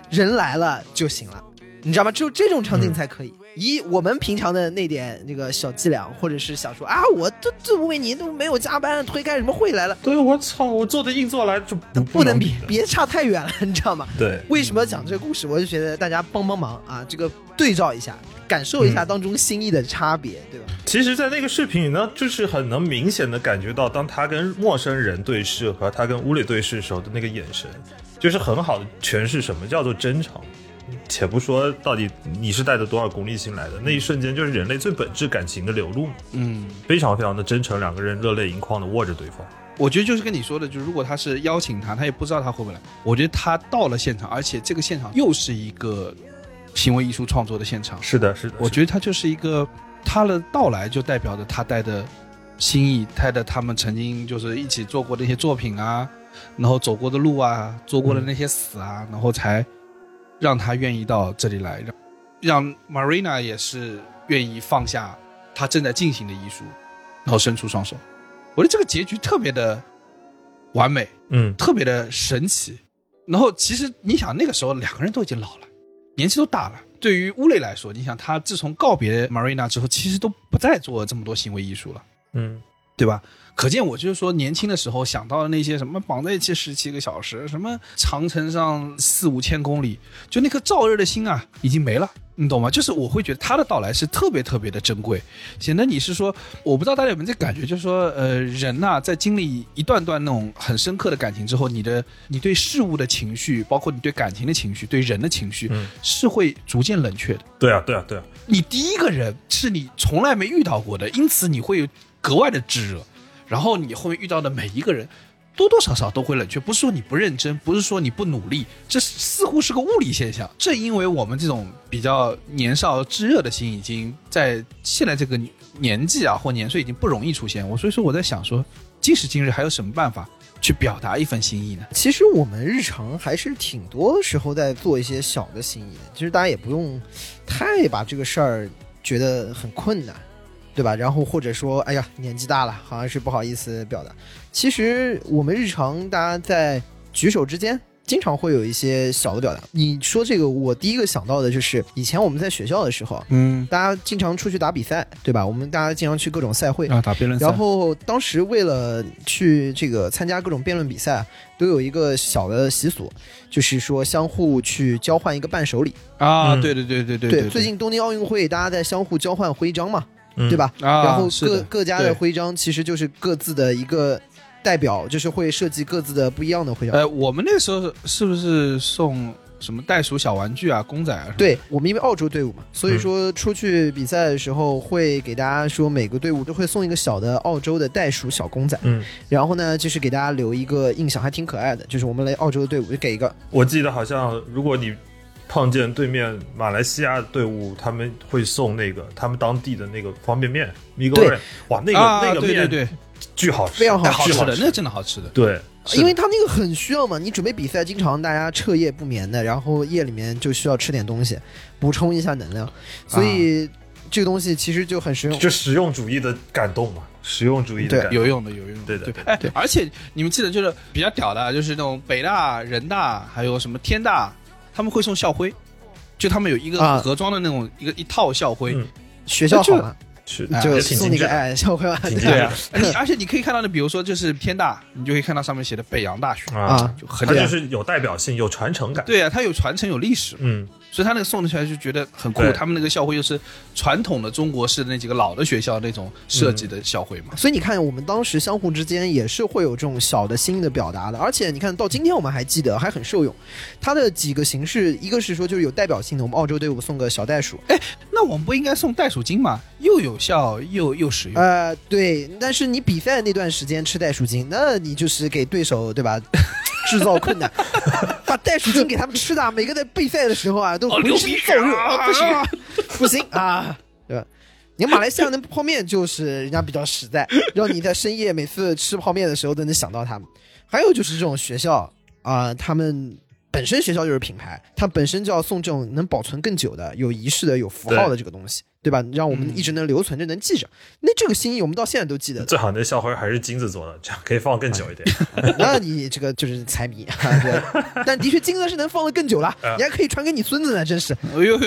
Speaker 3: 人来了就行了，你知道吗？只有这种场景才可以。以我们平常的那点那个小伎俩，或者是想说啊，我这这为你都没有加班，推开什么会来了，
Speaker 4: 对我操，我做的硬座来就不
Speaker 3: 不能比
Speaker 4: 比，的
Speaker 3: 别差太远了，你知道吗？
Speaker 4: 对，
Speaker 3: 为什么讲这个故事？我就觉得大家帮帮忙啊，这个对照一下，感受一下当中心意的差别，对吧？
Speaker 4: 其实，在那个视频里呢，就是很能明显的感觉到，当他跟陌生人对视和他跟屋里对视时候的那个眼神，就是很好的诠释什么叫做真诚。且不说到底你是带着多少功利心来的，那一瞬间就是人类最本质感情的流露嘛，
Speaker 2: 嗯，
Speaker 4: 非常非常的真诚，两个人热泪盈眶的握着对方。
Speaker 2: 我觉得就是跟你说的，就如果他是邀请他，他也不知道他会不会来。我觉得他到了现场，而且这个现场又是一个行为艺术创作的现场，
Speaker 4: 是的，是的
Speaker 2: 我觉得他就是一个他的到来就代表着他带的心意，带的他们曾经就是一起做过的一些作品啊，然后走过的路啊，做过的那些死啊，然后才让他愿意到这里来，让让 Marina 也是愿意放下他正在进行的艺术，然后伸出双手。我觉得这个结局特别的完美，
Speaker 4: 嗯，
Speaker 2: 特别的神奇。然后其实你想，那个时候两个人都已经老了，年纪都大了。对于乌雷来说，你想他自从告别 Marina 之后，其实都不再做这么多行为艺术了，
Speaker 4: 嗯，
Speaker 2: 对吧？可见我就是说，年轻的时候想到的那些什么绑在一起十七个小时，什么长城上四五千公里，就那颗燥热的心啊，已经没了。你懂吗？就是我会觉得他的到来是特别特别的珍贵，显得你是说，我不知道大家有没有这感觉，就是说，呃，人呐、在经历一段段那种很深刻的感情之后，你的你对事物的情绪，包括你对感情的情绪，对人的情绪，
Speaker 4: 嗯
Speaker 2: 是会逐渐冷却的。
Speaker 4: 对啊，对啊，对啊，
Speaker 2: 你第一个人是你从来没遇到过的，因此你会格外的炙热，然后你后面遇到的每一个人。多多少少都会冷却，不是说你不认真，不是说你不努力，这似乎是个物理现象。正因为我们这种比较年少炙热的心，已经在现在这个年纪啊或年岁已经不容易出现。我所以说我在想说，今时今日还有什么办法去表达一份心意呢？
Speaker 3: 其实我们日常还是挺多时候在做一些小的心意的，其实大家也不用太把这个事儿觉得很困难，对吧？然后或者说，哎呀，年纪大了，好像是不好意思表达。其实我们日常大家在举手之间。经常会有一些小的表达。你说这个，我第一个想到的就是以前我们在学校的时候，
Speaker 2: 嗯，
Speaker 3: 大家经常出去打比赛，对吧？我们大家经常去各种赛会，
Speaker 2: 啊，打辩论赛，
Speaker 3: 然后当时为了去这个参加各种辩论比赛，都有一个小的习俗，就是说相互去交换一个伴手礼。
Speaker 2: 啊，
Speaker 4: 嗯
Speaker 2: 对对对对对对，
Speaker 3: 最近东京奥运会大家在相互交换徽章嘛，
Speaker 4: 嗯
Speaker 3: 对？吧？
Speaker 2: 啊，
Speaker 3: 然后
Speaker 2: 是
Speaker 3: 各
Speaker 2: 的
Speaker 3: 各家
Speaker 2: 对
Speaker 3: 的徽章其实就是各自的一个代表，就是会设计各自的不一样的徽章。
Speaker 2: 呃，我们那时候是不是送什么袋鼠小玩具啊、公仔啊？，
Speaker 3: 对我们因为澳洲队伍
Speaker 4: 嗯
Speaker 3: 嘛，所以说出去比赛的时候会给大家说每个队伍都会送一个小的澳洲的袋鼠小公仔，
Speaker 4: 嗯，
Speaker 3: 然后呢就是给大家留一个印象，还挺可爱的。就是我们来澳洲的队伍就给一个，
Speaker 4: 我记得好像，如果你碰见对面马来西亚队伍，他们会送那个他们当地的那个方便面，米格瑞，哇，那个、
Speaker 2: 啊，
Speaker 4: 那个
Speaker 2: 对
Speaker 4: 面
Speaker 2: 对对，
Speaker 4: 巨好吃，
Speaker 3: 非常好
Speaker 2: 哎好
Speaker 4: 巨
Speaker 2: 吃
Speaker 4: 好
Speaker 2: 的，那真的好吃的。
Speaker 4: 对，
Speaker 2: 是的
Speaker 3: 因为他那个很需要嘛，你准备比赛，经常大家彻夜不眠的，然后夜里面就需要吃点东西补充一下能量，所以这个东西其实就很实用。
Speaker 4: 啊就实用主义的感动嘛，实用主义的
Speaker 3: 对
Speaker 4: 感动，
Speaker 2: 有用的，有用的，
Speaker 4: 对的对的
Speaker 2: 哎，而且你们记得，就是比较屌的啊，就是那种北大、人大，还有什么天大，他们会送校徽，就他们有一
Speaker 3: 啊
Speaker 2: 个盒装的那种一个一套校徽，
Speaker 4: 嗯
Speaker 3: 学校好了，
Speaker 4: 是
Speaker 2: 哎
Speaker 3: 就
Speaker 4: 也挺
Speaker 3: 送
Speaker 4: 精
Speaker 3: 你
Speaker 4: 致
Speaker 3: 个
Speaker 4: 的，
Speaker 3: 哎校徽吧，
Speaker 4: 挺精致
Speaker 2: 对
Speaker 4: 对
Speaker 3: 吧
Speaker 2: 啊
Speaker 4: 啊，
Speaker 2: 你而且你可以看到的，比如说就是天大，你就可以看到上面写的北洋大学，
Speaker 4: 嗯
Speaker 3: 啊，
Speaker 2: 就很
Speaker 4: 它
Speaker 2: 屌
Speaker 4: 就。是有代表性，有传承感。，
Speaker 2: 对啊，它有传承有历史，
Speaker 4: 嗯，
Speaker 2: 所以他那个送的出来就觉得很酷。
Speaker 4: 对
Speaker 2: 他们那个校徽就是传统的中国式的那几个老的学校那种设计的校徽嘛。
Speaker 3: 所以你看，我们当时相互之间也是会有这种小的新的表达的，而且你看到今天我们还记得，还很受用。它的几个形式，一个是说就是有代表性的，我们澳洲队伍送个小袋鼠，
Speaker 2: 那我们不应该送袋鼠精吗？又有效又又实用。
Speaker 3: 呃，对。但是你比赛那段时间吃袋鼠精，那你就是给对手对吧 制造困 难，把袋鼠精给他们吃的啊，每个在备赛的时候啊都
Speaker 2: 哦
Speaker 3: 浑
Speaker 2: 流
Speaker 3: 身
Speaker 2: 鼻血
Speaker 3: 燥热，
Speaker 2: 啊
Speaker 3: 啊不行啊，不行啊，对吧？你看马来西亚的泡面就是人家比较实在，让你在深夜每次吃泡面的时候都能想到他们。还有就是这种学校啊、他们本身学校就是品牌，它本身就要送这种能保存更久的、有仪式的、有符号的这个东西，对吧？让我们一直能留存着、能记着。那这个心意我们到现在都记得的。
Speaker 4: 最好那校徽还是金子做的，这样可以放更久一点。
Speaker 3: 那你这个就是财迷，啊对但的确金子是能放的更久了，
Speaker 4: 嗯
Speaker 3: 你还可以传给你孙子呢，真是。
Speaker 2: 哎呦，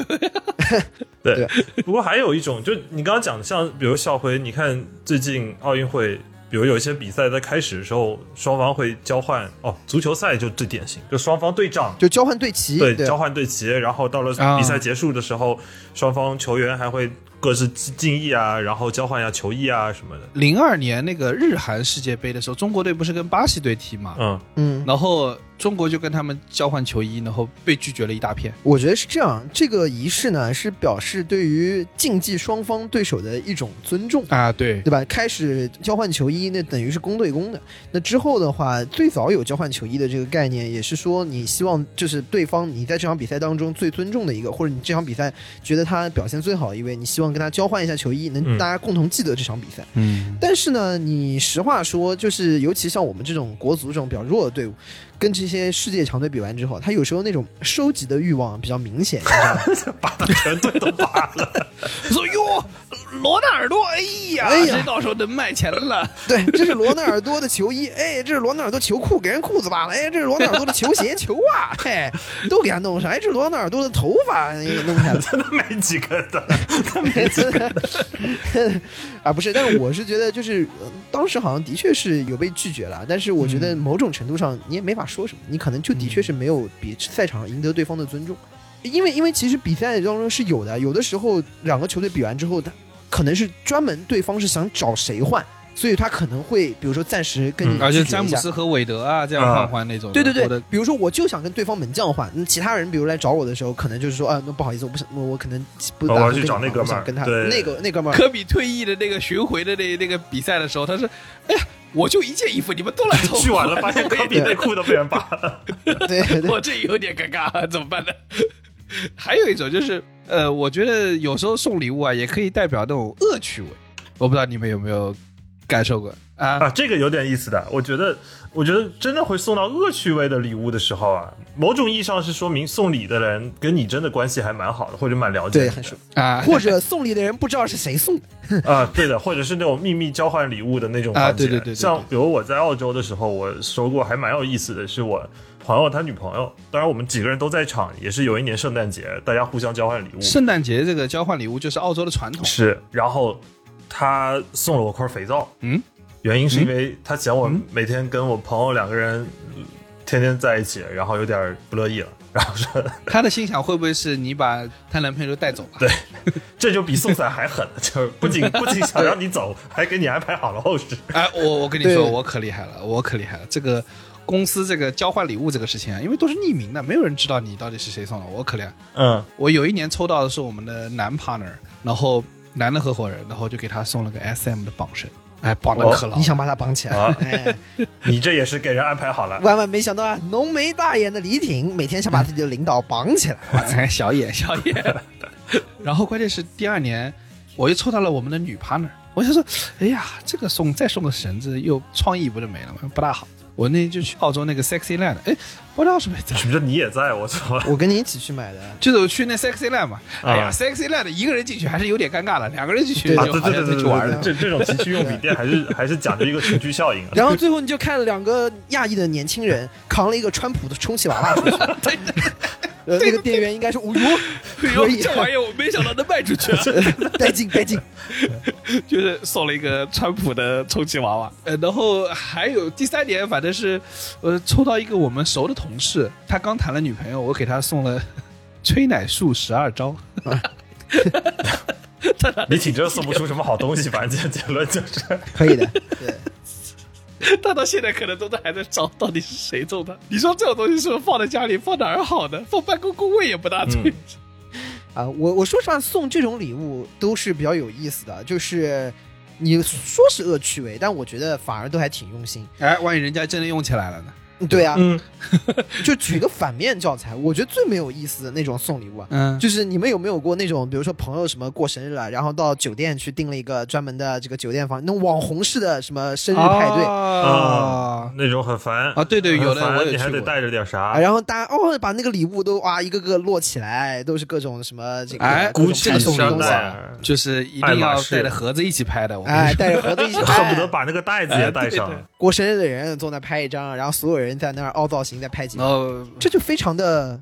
Speaker 4: 对， 不过还有一种，就你刚刚讲的，像比如校徽，你看最近奥运会，比如有一些比赛在开始的时候，双方会交换哦，足球赛就最典型，就双方对仗，
Speaker 3: 就交换队旗，
Speaker 4: 对，
Speaker 3: 对，
Speaker 4: 交换队旗，然后到了
Speaker 2: 啊
Speaker 4: 比赛结束的时候，双方球员还会各自敬意啊，然后交换一下球衣啊什么的。
Speaker 2: 零二年那个日韩世界杯的时候，中国队不是跟巴西队踢嘛？
Speaker 4: 嗯，
Speaker 3: 嗯，
Speaker 2: 然后中国就跟他们交换球衣，然后被拒绝了一大片。
Speaker 3: 我觉得是这样。这个仪式呢，是表示对于竞技双方对手的一种尊重。
Speaker 2: 啊，对，
Speaker 3: 对吧？开始交换球衣，那等于是公对公的。那之后的话，最早有交换球衣的这个概念，也是说你希望就是对方你在这场比赛当中最尊重的一个，或者你这场比赛觉得他表现最好的一位，你希望跟他交换一下球衣，能
Speaker 4: 嗯
Speaker 3: 大家共同记得这场比赛。
Speaker 2: 嗯，
Speaker 3: 但是呢，你实话说，就是尤其像我们这种国足这种比较弱的队伍，跟这些世界强队比完之后，他有时候那种收集的欲望比较明显，你知道吗？
Speaker 4: 把全队都拔了，
Speaker 2: 说哟，罗纳尔多，哎呀，
Speaker 3: 哎呀
Speaker 2: 这到时候能卖钱了。
Speaker 3: 对，这是罗纳尔多的球衣，哎，这是罗纳尔多球裤，给人裤子扒了，哎，这是罗纳尔多的球鞋、 球袜，嘿，都给他弄上，哎，这是罗纳尔多的头发，哎弄下来。
Speaker 4: 真的没几个的。
Speaker 3: 啊，不是，但是我是觉得，就是、呃当时好像的确是有被拒绝了，但是我觉得
Speaker 4: 嗯
Speaker 3: 某种程度上你也没法说什么，你可能就的确是没有比赛场上赢得对方的尊重，因为因为其实比赛当中是有的，有的时候两个球队比完之后，他可能是专门对方是想找谁换，所以他可能会比如说暂时跟你
Speaker 4: 嗯
Speaker 2: 而且
Speaker 3: 拒绝一下
Speaker 2: 詹姆斯和韦德啊，这样
Speaker 4: 啊
Speaker 2: 换换那种的，
Speaker 3: 对对
Speaker 2: 我的
Speaker 3: 对，比如说我就想跟对方门将换，那其他人比如来找我的时候，可能就是说啊，那不好意思，我不想，我我可能不
Speaker 4: 哦
Speaker 3: 打
Speaker 4: 我要
Speaker 3: 算
Speaker 4: 去
Speaker 3: 跟
Speaker 4: 找
Speaker 3: 你
Speaker 4: 那
Speaker 3: 打
Speaker 4: 哥
Speaker 3: 我
Speaker 4: 们
Speaker 3: 想
Speaker 4: 儿
Speaker 3: 跟他
Speaker 4: 对。”
Speaker 3: 那个那哥们儿，
Speaker 2: 科比退役的那个巡回的那那个比赛的时候，他说：“哎呀，我就一件衣服，你们都来凑
Speaker 4: 去晚了，发现科比内裤都被人拔了。
Speaker 3: 对对对
Speaker 2: 我这有点尴尬，怎么办呢？ 还有一种就是，呃，我觉得有时候送礼物啊，也可以代表那种恶趣味。我不知道你们有没有感受过啊？
Speaker 4: 啊，这个有点意思的。我觉得，我觉得真的会送到恶趣味的礼物的时候啊，某种意义上是说明送礼的人跟你真的关系还蛮好的，或者蛮了解
Speaker 3: 对，
Speaker 4: 的
Speaker 3: 很爽。
Speaker 2: 啊，
Speaker 3: 或者送礼的人不知道是谁送的，
Speaker 4: 啊，对的，或者是那种秘密交换礼物的那种
Speaker 2: 啊
Speaker 4: 环节。
Speaker 2: 对对对对对
Speaker 4: 像比如我在澳洲的时候，我收过还蛮有意思的是我。朋友他女朋友，当然我们几个人都在场，也是有一年圣诞节，大家互相交换礼物。
Speaker 2: 圣诞节这个交换礼物就是澳洲的传统。
Speaker 4: 是，然后他送了我块肥皂，
Speaker 2: 嗯，
Speaker 4: 原因是因为他嫌我每天跟我朋友两个人呃天天在一起，然后有点不乐意了，然后说
Speaker 2: 她的心想会不会是你把她男朋友带走了？
Speaker 4: 对，这就比送伞还 狠，就是不仅不仅想让你走，还给你安排好了后事。
Speaker 2: 哎，我我跟你
Speaker 3: 对
Speaker 2: 说，我可厉害了，我可厉害了。这个公司这个交换礼物这个事情啊，因为都是匿名的，没有人知道你到底是谁送的，我可厉害。
Speaker 4: 嗯，
Speaker 2: 我有一年抽到的是我们的男 partner，然后男的合伙人，然后就给他送了个 SM 的绑绳，哎，绑的可牢。
Speaker 3: 哦你想把他绑起来？
Speaker 4: 啊
Speaker 3: 哎，
Speaker 4: 你这也是给人安排好了。
Speaker 3: 万万没想到啊，浓眉大眼的李挺每天想把自己的领导绑起来，
Speaker 2: 哎，小 野小野。然后关键是第二年，我又抽到了我们的女 partner，我就说，哎呀，这个送再送个绳子，又创意不就没了吗？不大好。我那天就去澳洲那个 Sexy Land，哎，不知道是不是在。
Speaker 4: 什么叫你也在？我操！
Speaker 3: 我跟你一起去买的。
Speaker 2: 就是我去那 sexy land 嘛，哎呀
Speaker 4: 啊
Speaker 2: ，sexy land 一个人进去还是有点尴尬的，两个人进去
Speaker 3: 对
Speaker 2: 就
Speaker 4: 啊，
Speaker 2: 好
Speaker 4: 对对对
Speaker 2: 像在
Speaker 4: 对
Speaker 2: 去玩
Speaker 4: 对，
Speaker 2: 了。
Speaker 4: 这这种情趣用品店 还是还是讲究一个群居效应啊。
Speaker 3: 然后最后你就看两个亚裔的年轻人扛了一个川普的充气娃娃出去，呃，那个店员应该是无忧，可以，
Speaker 2: 这玩意儿我没想到能卖出去、 啊，
Speaker 3: 带劲带劲。
Speaker 2: 就是送了一个川普的充气娃娃。呃，然后还有第三点，反正是呃抽到一个我们熟的同事，他刚谈了女朋友，我给他送了 吹奶术十二招。
Speaker 4: 你挺真送不出什么好东西，反正结结论就是
Speaker 2: 啊
Speaker 3: 可以的，对，
Speaker 2: 他到现在可能都在还在找到底是谁中的。你说这种东西是不是放在家里放哪儿好呢？放办公工位也不大
Speaker 4: 嗯
Speaker 2: 对。
Speaker 3: 啊，我我说实话，送这种礼物都是比较有意思的，就是你说是恶趣味，但我觉得反而都还挺用心。
Speaker 2: 哎，万一人家真的用起来了呢？
Speaker 3: 对啊，
Speaker 4: 嗯，
Speaker 3: 就举个反面教材，我觉得最没有意思的那种送礼物啊，
Speaker 2: 嗯就
Speaker 3: 就是你们有没有过那种，比如说朋友什么过生日了，然后到酒店去订了一个专门的这个酒店房，那种网红式的什么生日派对。
Speaker 2: 啊
Speaker 4: 那种很烦
Speaker 2: 啊对对
Speaker 4: 很
Speaker 2: 有的
Speaker 4: 烦
Speaker 2: 我也
Speaker 4: 你还
Speaker 2: 去
Speaker 4: 得
Speaker 2: 过
Speaker 4: 带着点啥
Speaker 3: 啊，。然后大家哦，把那个礼物都哇一个个摞起来，都是各种什么这个
Speaker 2: 哎
Speaker 3: 各种
Speaker 2: 估计
Speaker 3: 派送啊
Speaker 2: 是
Speaker 3: 的东
Speaker 2: 带
Speaker 3: 西，
Speaker 4: 带，
Speaker 2: 就是一
Speaker 4: 爱
Speaker 2: 定
Speaker 4: 马
Speaker 2: 要
Speaker 4: 仕
Speaker 2: 带着盒子一起拍的。我跟你
Speaker 3: 哎，
Speaker 2: 说，
Speaker 3: 带着盒子一 起拍，
Speaker 4: 恨不得把那个袋子也带上。
Speaker 2: 哎对对
Speaker 3: 过生日的人坐那拍一张，然后所有人在那儿凹造型再拍几
Speaker 4: 哦
Speaker 2: 然
Speaker 3: 张，
Speaker 2: 后
Speaker 3: 这就非常的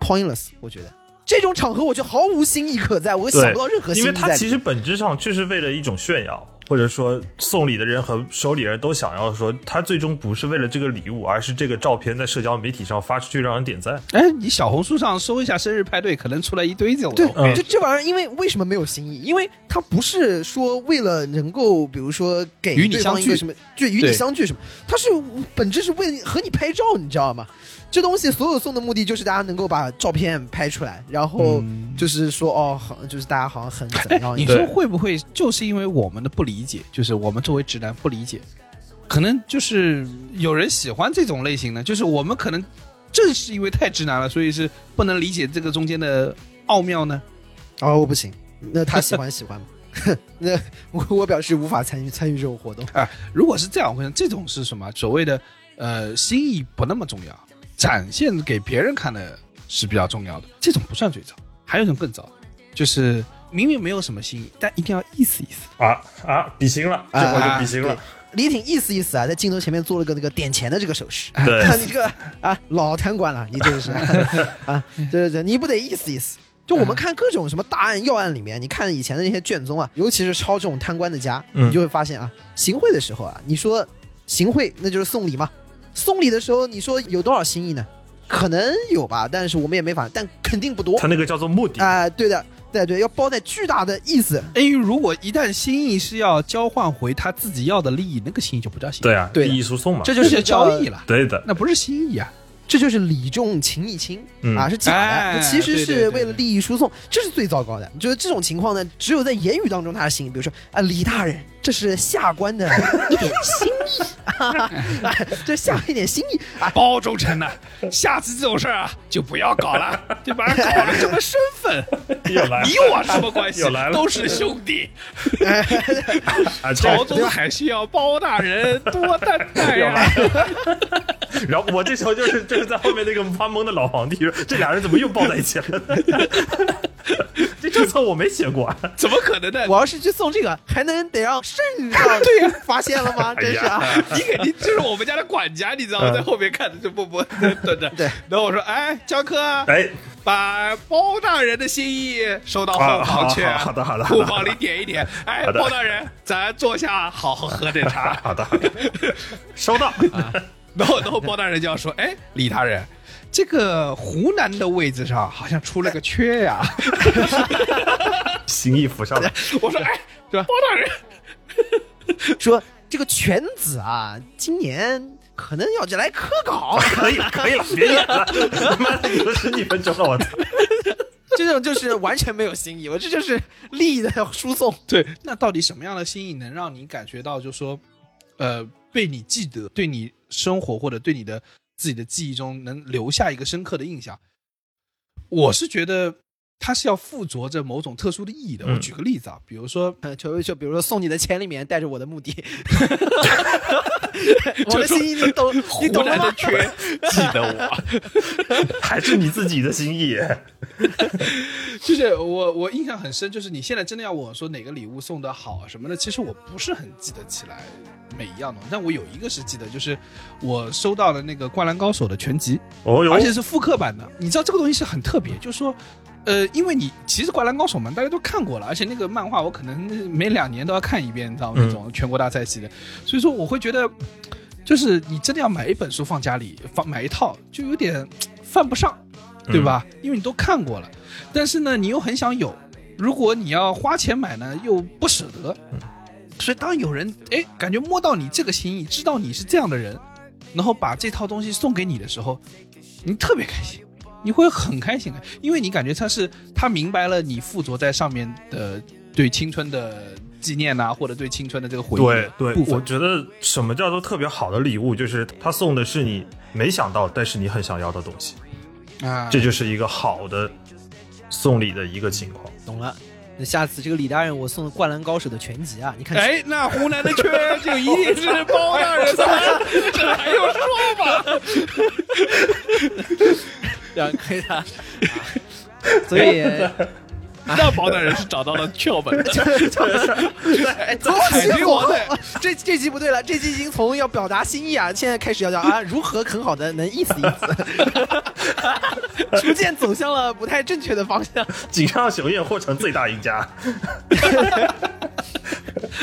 Speaker 3: pointless，我觉得这种场合我就毫无新意可在，我想不到任何新
Speaker 4: 因
Speaker 3: 意在里
Speaker 4: 为它
Speaker 3: 面。
Speaker 4: 其实本质上就是为了一种炫耀，或者说送礼的人和收礼人都想要说，他最终不是为了这个礼物，而是这个照片在社交媒体上发出去让人点赞。
Speaker 2: 哎，你小红书上搜一下生日派对，可能出来一堆这种。
Speaker 3: 对，
Speaker 4: 嗯
Speaker 3: 就这玩意儿，因为为什么没有新意？因为它不是说为了能够，比如说给
Speaker 2: 与你
Speaker 3: 对方
Speaker 2: 相
Speaker 3: 一
Speaker 2: 聚
Speaker 3: 个什么，就与你
Speaker 2: 对
Speaker 3: 相聚什么，它是本质是为了和你拍照，你知道吗？这东西所有送的目的就是大家能够把照片拍出来，然后
Speaker 2: 嗯
Speaker 3: 就是说、哦，好，就是大家好像 很怎
Speaker 2: 哎
Speaker 3: 样，一
Speaker 2: 你
Speaker 3: 样。
Speaker 2: 说会不会就是因为我们的不理解，就是我们作为直男不理解，可能就是有人喜欢这种类型呢？就是我们可能正是因为太直男了，所以是不能理解这个中间的奥妙呢？
Speaker 3: 哦，不行，那他喜欢喜欢吧。 那我我表示无法参与参与这种活动。
Speaker 2: 啊，如果是这样，我想这种是什么？所谓的呃，心意不那么重要，展现给别人看的是比较重要的。这种不算最糟，还有一种更糟，就是明明没有什么心意，但一定要意思意思。
Speaker 4: 啊啊，比心了，这
Speaker 3: 啊
Speaker 4: 会儿就比心了。
Speaker 3: 李挺意思意思啊，在镜头前面做了个那个点钱的这个手势。
Speaker 4: 对
Speaker 3: 看你这个啊，老贪官了，你真是啊，对对对，你不得意思意思。就我们看各种什么大案要案里面，你看以前的那些卷宗啊，尤其是抄这种贪官的家，
Speaker 4: 嗯
Speaker 3: 你就会发现啊，行贿的时候啊，你说行贿那就是送礼嘛，送礼的时候你说有多少心意呢？可能有吧，但是我们也没法，但肯定不多
Speaker 4: 他那个叫做目的，
Speaker 3: 啊、对的，对对，要包在巨大的意思，
Speaker 2: 哎，如果一旦心意是要交换回他自己要的利益，那个心意就不叫心意，
Speaker 4: 对啊，
Speaker 3: 对的
Speaker 4: 利益输送嘛，
Speaker 2: 这就是交易了，
Speaker 4: 对的。
Speaker 2: 那不是心意啊。
Speaker 3: 这就是礼重情义轻、
Speaker 4: 嗯
Speaker 3: 啊，是假的，
Speaker 2: 哎
Speaker 3: 其实
Speaker 2: 对对
Speaker 3: 是
Speaker 2: 对
Speaker 3: 为了利益输送，这是最糟糕的。就是这种情况呢，只有在言语当中他是心意，比如说啊，李大人，这是下官的一点心意，啊，啊 这下一点心意
Speaker 4: 哎
Speaker 3: 啊，
Speaker 2: 包忠臣呐、下次这种事儿啊就不要搞了，对吧？搞了什么身 份？
Speaker 4: 又来了
Speaker 2: 你我什么关系
Speaker 4: 又来？了
Speaker 2: 都是兄弟。
Speaker 4: 啊，这
Speaker 2: 朝中还需要包大人多担 待呀、
Speaker 4: 哎然后我这时候就是就是在后面那个发懵的老皇帝说，这俩人怎么又抱在一起 了？这政策我没写过啊，
Speaker 2: 怎么可能呢？
Speaker 3: 我要是去送这个，还能得让圣上 对呀发现了吗？真是啊，
Speaker 2: 你肯定就是我们家的管家，你知道吗？
Speaker 4: 嗯
Speaker 2: 在后面看着就默默在等着。
Speaker 3: 对
Speaker 2: 然后我说：“哎，江科啊，
Speaker 4: 哎，
Speaker 2: 把包大人的心意收到后房去，
Speaker 4: 啊好好好的好的好
Speaker 2: 库
Speaker 4: 的
Speaker 2: 房里点一点。哎，
Speaker 4: 好的
Speaker 2: 包大人，咱坐下好好喝点茶。
Speaker 4: 好的好的，收到。
Speaker 2: 然后，然后包大人就要说：“哎，李大人，这个湖南的位置上好像出了个缺 呀、
Speaker 4: 心意浮上来，
Speaker 2: 我说：“哎，是吧？包大人，
Speaker 3: 说这个犬子啊，今年可能要来科考。
Speaker 4: 可以了，可以了，别演了，他妈的有十几分钟了，我操！
Speaker 3: 这种就是完全没有新意，我这就是利益的输送。
Speaker 2: 对，那到底什么样的心意能让你感觉到，就说，呃，被你记得，对你生活或者对你的自己的记忆中能留下一个深刻的印象？我是觉得它是要附着着某种特殊的意义的。
Speaker 4: 嗯
Speaker 2: 我举个例子啊，比如说
Speaker 3: 呃就就比如说送你的钱里面带着我的目 的，我的心意你懂，你懂了吗？
Speaker 4: 记得我，还是你自己的心意。
Speaker 2: 就是我我印象很深，就是你现在真的要我说哪个礼物送的好啊什么的，其实我不是很记得起来每一样东西，但我有一个是记得，就是我收到了那个《灌篮高手》的全集，
Speaker 4: 哦哟
Speaker 2: 而，且是复刻版的。你知道这个东西是很特别，就是说。呃，因为你其实《灌篮高手》嘛，大家都看过了，而且那个漫画我可能每两年都要看一遍，你知道吗？
Speaker 4: 嗯
Speaker 2: 那种全国大赛系的，所以说我会觉得，就是你真的要买一本书放家里，放买一套就有点犯不上，对吧？
Speaker 4: 嗯
Speaker 2: 因为你都看过了，但是呢，你又很想有。如果你要花钱买呢，又不舍得，
Speaker 4: 嗯
Speaker 2: 所以当有人哎感觉摸到你这个心意，知道你是这样的人，然后把这套东西送给你的时候，你特别开心，你会很开心的，因为你感觉他是他明白了你附着在上面的对青春的纪念呐、或者对青春的这个回忆
Speaker 4: 对
Speaker 2: 的
Speaker 4: 对
Speaker 2: 部，分
Speaker 4: 我。觉得什么叫做特别好的礼物，就是他送的是你没想到，但是你很想要的东西，
Speaker 2: 啊，
Speaker 4: 这就是一个好的送礼的一个情况。
Speaker 3: 懂了。那下次这个李大人，我送《灌篮高手》的全集啊，你看，
Speaker 2: 哎，那湖南的圈就一定是包大人 才，这还用说吗？
Speaker 3: 两亏他。啊所以，
Speaker 6: 那包大人是找到了窍 门，
Speaker 3: 海
Speaker 2: 贼王的
Speaker 3: 哎这这集不对了，这集已经从要表达心意啊，现在开始要讲啊，如何很好的能意思意 思，逐渐走向了不太正确的方向。
Speaker 4: 井上雄彦或成最大赢家。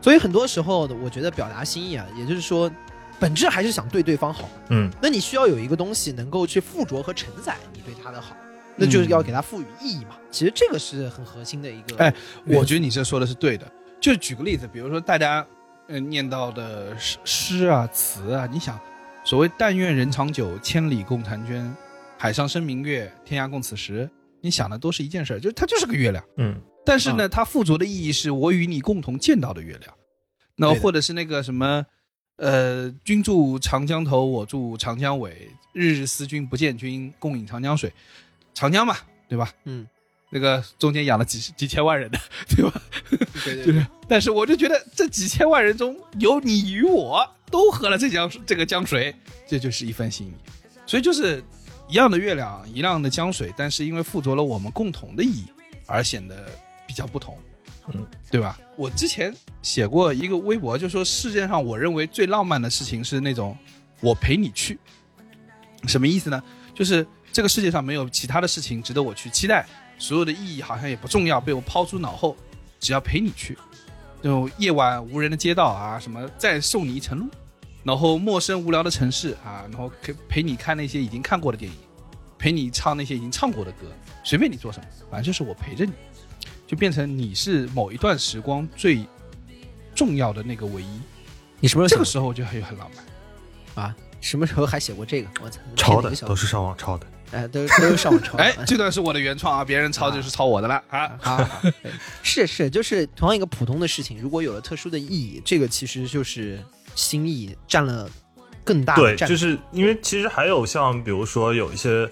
Speaker 3: 所以很多时候，我觉得表达心意啊，也就是说，本质还是想对对方好。
Speaker 4: 嗯，
Speaker 3: 那你需要有一个东西能够去附着和承载你对他的好，那就是要给他赋予意
Speaker 4: 嗯
Speaker 3: 义嘛。其实这个是很核心的一个。
Speaker 2: 哎我觉得你这说的是对的。就举个例子，比如说大家呃念到的诗诗啊、词啊，你想，所谓“但愿人长久，千里共婵娟，海上生明月，天涯共此时”，你想的都是一件事儿，就是它就是个月亮。
Speaker 4: 嗯，
Speaker 2: 但是呢，它附着的意义是我与你共同见到的月亮。那
Speaker 3: 对的
Speaker 2: 或者是那个什么，呃，君住长江头，我住长江尾，日日思君不见君，共饮长江水。长江嘛，对吧？
Speaker 3: 嗯，
Speaker 2: 那个中间养了几十几千万人的， 对吧？
Speaker 3: 对对
Speaker 2: 就
Speaker 3: 对
Speaker 2: 是，但是我就觉得这几千万人中有你与我都喝了这江这个江水，这就是一份心意。所以就是一样的月亮，一样的江水，但是因为附着了我们共同的意义，而显得比较不同，
Speaker 4: 嗯，
Speaker 2: 对吧？我之前写过一个微博，就说世界上我认为最浪漫的事情是那种我陪你去，什么意思呢？就是这个世界上没有其他的事情值得我去期待，所有的意义好像也不重要，被我抛诸脑后，只要陪你去。那种夜晚无人的街道啊，什么再送你一程路，然后陌生无聊的城市啊，然后陪陪你看那些已经看过的电影，陪你唱那些已经唱过的歌，随便你做什么，反正就是我陪着你，就变成你是某一段时光最重要的那个唯一。
Speaker 3: 你什么
Speaker 2: 这个时候就很很浪漫。
Speaker 3: 啊？什么时候还写过这个？我操，
Speaker 4: 抄的
Speaker 3: 哪个小
Speaker 4: 都是上网抄的。
Speaker 3: 哎，都都是上网 抄的。
Speaker 2: 哎，这段是我的原创啊，别人抄就是抄我的了啊。
Speaker 3: 啊，对是是，就是同样一个普通的事情，如果有了特殊的意义，这个其实就是心意占了更大的
Speaker 4: 对，
Speaker 3: 占
Speaker 4: 就
Speaker 3: 比。
Speaker 4: 是因为其实还有像比如说有一些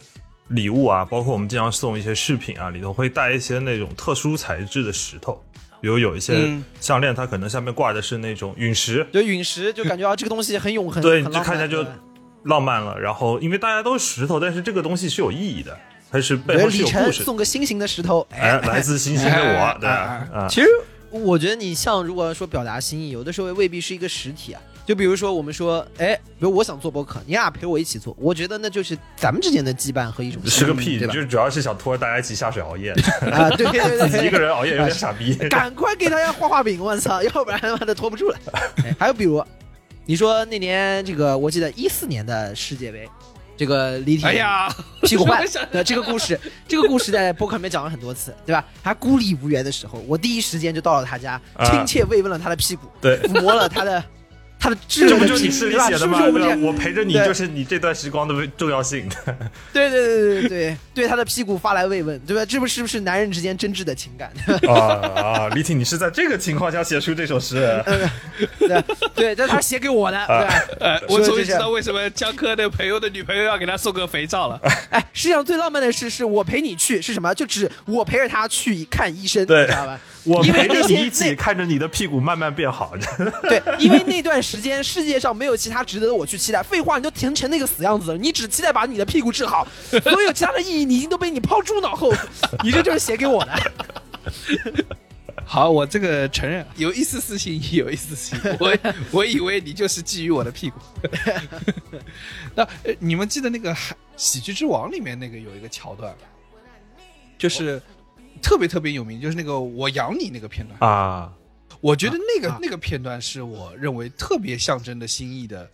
Speaker 4: 礼物啊，包括我们经常送一些饰品啊，里头会带一些那种特殊材质的石头，比如有一些
Speaker 2: 嗯
Speaker 4: 项链，它可能下面挂的是那种陨石，
Speaker 3: 就陨石，就感觉啊，这个东西很永恒，
Speaker 4: 对，
Speaker 3: 很
Speaker 4: 你就
Speaker 3: 浪
Speaker 4: 看起
Speaker 3: 漫
Speaker 4: 来
Speaker 3: 啊
Speaker 4: 就
Speaker 3: 对
Speaker 4: 浪漫了。然后因为大家都是石头，但是这个东西是有意义的，它是
Speaker 3: 比
Speaker 4: 背
Speaker 3: 如
Speaker 4: 后是
Speaker 3: 李
Speaker 4: 有故
Speaker 3: 晨
Speaker 4: 事的。
Speaker 3: 送个心形的石头，哎
Speaker 4: 哎，，来自星星的我，对
Speaker 2: 哎哎
Speaker 4: 啊，
Speaker 3: 其实我觉得你像如果说表达心意，有的时候未必是一个实体啊。就比如说我们说，哎，比如我想做播客，你俩陪我一起做，我觉得那就是咱们之间的羁绊和一种
Speaker 4: 是个
Speaker 3: 心意嗯
Speaker 4: 屁，
Speaker 3: 对吧
Speaker 4: 就？主要是想拖着大家一起下水 熬夜，
Speaker 3: 啊，对对对对，
Speaker 4: 自己一个人熬夜有点傻 逼。
Speaker 3: 赶快给大家画画饼，我操，要不然他妈的拖不住 了。哎还有比如，你说那年这个，我记得一四年的世界杯，这个李铁、
Speaker 2: 哎呀，
Speaker 3: 屁股坏
Speaker 2: 我想
Speaker 3: 的这个故事，这个故事在播客里面讲了很多次，对吧？他孤立无援的时候，我第一时间就到了他家，
Speaker 4: 啊
Speaker 3: 亲切慰问了他的屁股，
Speaker 4: 对
Speaker 3: 抚摸了他的他的知
Speaker 4: 这
Speaker 3: 识
Speaker 4: 不
Speaker 3: 的
Speaker 4: 就
Speaker 3: 体
Speaker 4: 你
Speaker 3: 系
Speaker 4: 诗
Speaker 3: 是
Speaker 4: 里
Speaker 3: 吧？
Speaker 4: 写
Speaker 3: 是
Speaker 4: 的
Speaker 3: 不
Speaker 4: 吗？
Speaker 3: 是我
Speaker 4: 对
Speaker 3: 这
Speaker 4: 吧
Speaker 3: 样？？
Speaker 4: 我陪着你
Speaker 3: 对
Speaker 4: 就是你这段时光的重要 性。
Speaker 3: 对对对对对对，他的屁股发来慰问，对吧？这不是不是男人之间真挚的情感？
Speaker 4: 啊啊！李挺，你是在这个情况下写出这首诗？
Speaker 3: 呃对对，但是他写给我
Speaker 4: 啊
Speaker 3: 的，对吧？
Speaker 2: 哎
Speaker 6: 呃，
Speaker 3: 说
Speaker 6: 我
Speaker 3: 的
Speaker 6: 终于
Speaker 3: 这
Speaker 6: 知
Speaker 3: 些
Speaker 6: 道为什么江科的朋友的女朋友要给他送个肥皂了。
Speaker 3: 哎，世界上最浪漫的事是我陪你去，是什么？就指我陪着他去看医生，
Speaker 4: 对
Speaker 3: 你知道吧？
Speaker 4: 我
Speaker 3: 因为
Speaker 4: 陪着
Speaker 3: 那
Speaker 4: 你
Speaker 3: 些
Speaker 4: 一起看着你的屁股慢慢变好。
Speaker 3: 对，因为那段时间世界上没有其他值得我去期待。废话，你都疼成那个死样子了，你只期待把你的屁股治好，所有其他的意义你已经都被你抛诸脑 后。你这就是写给我的，
Speaker 2: 好，我这个承认，啊
Speaker 6: 有一丝私心，有一丝私心。我我以为你就是觊觎我的屁股。
Speaker 2: 那、呃、你们记得那个《喜剧之王》里面那个有一个桥段，就是特别特别有名，就是那个“我养你”那个片段。
Speaker 4: 啊，
Speaker 2: 我觉得那个、那个片段是我认为特别象征的心意的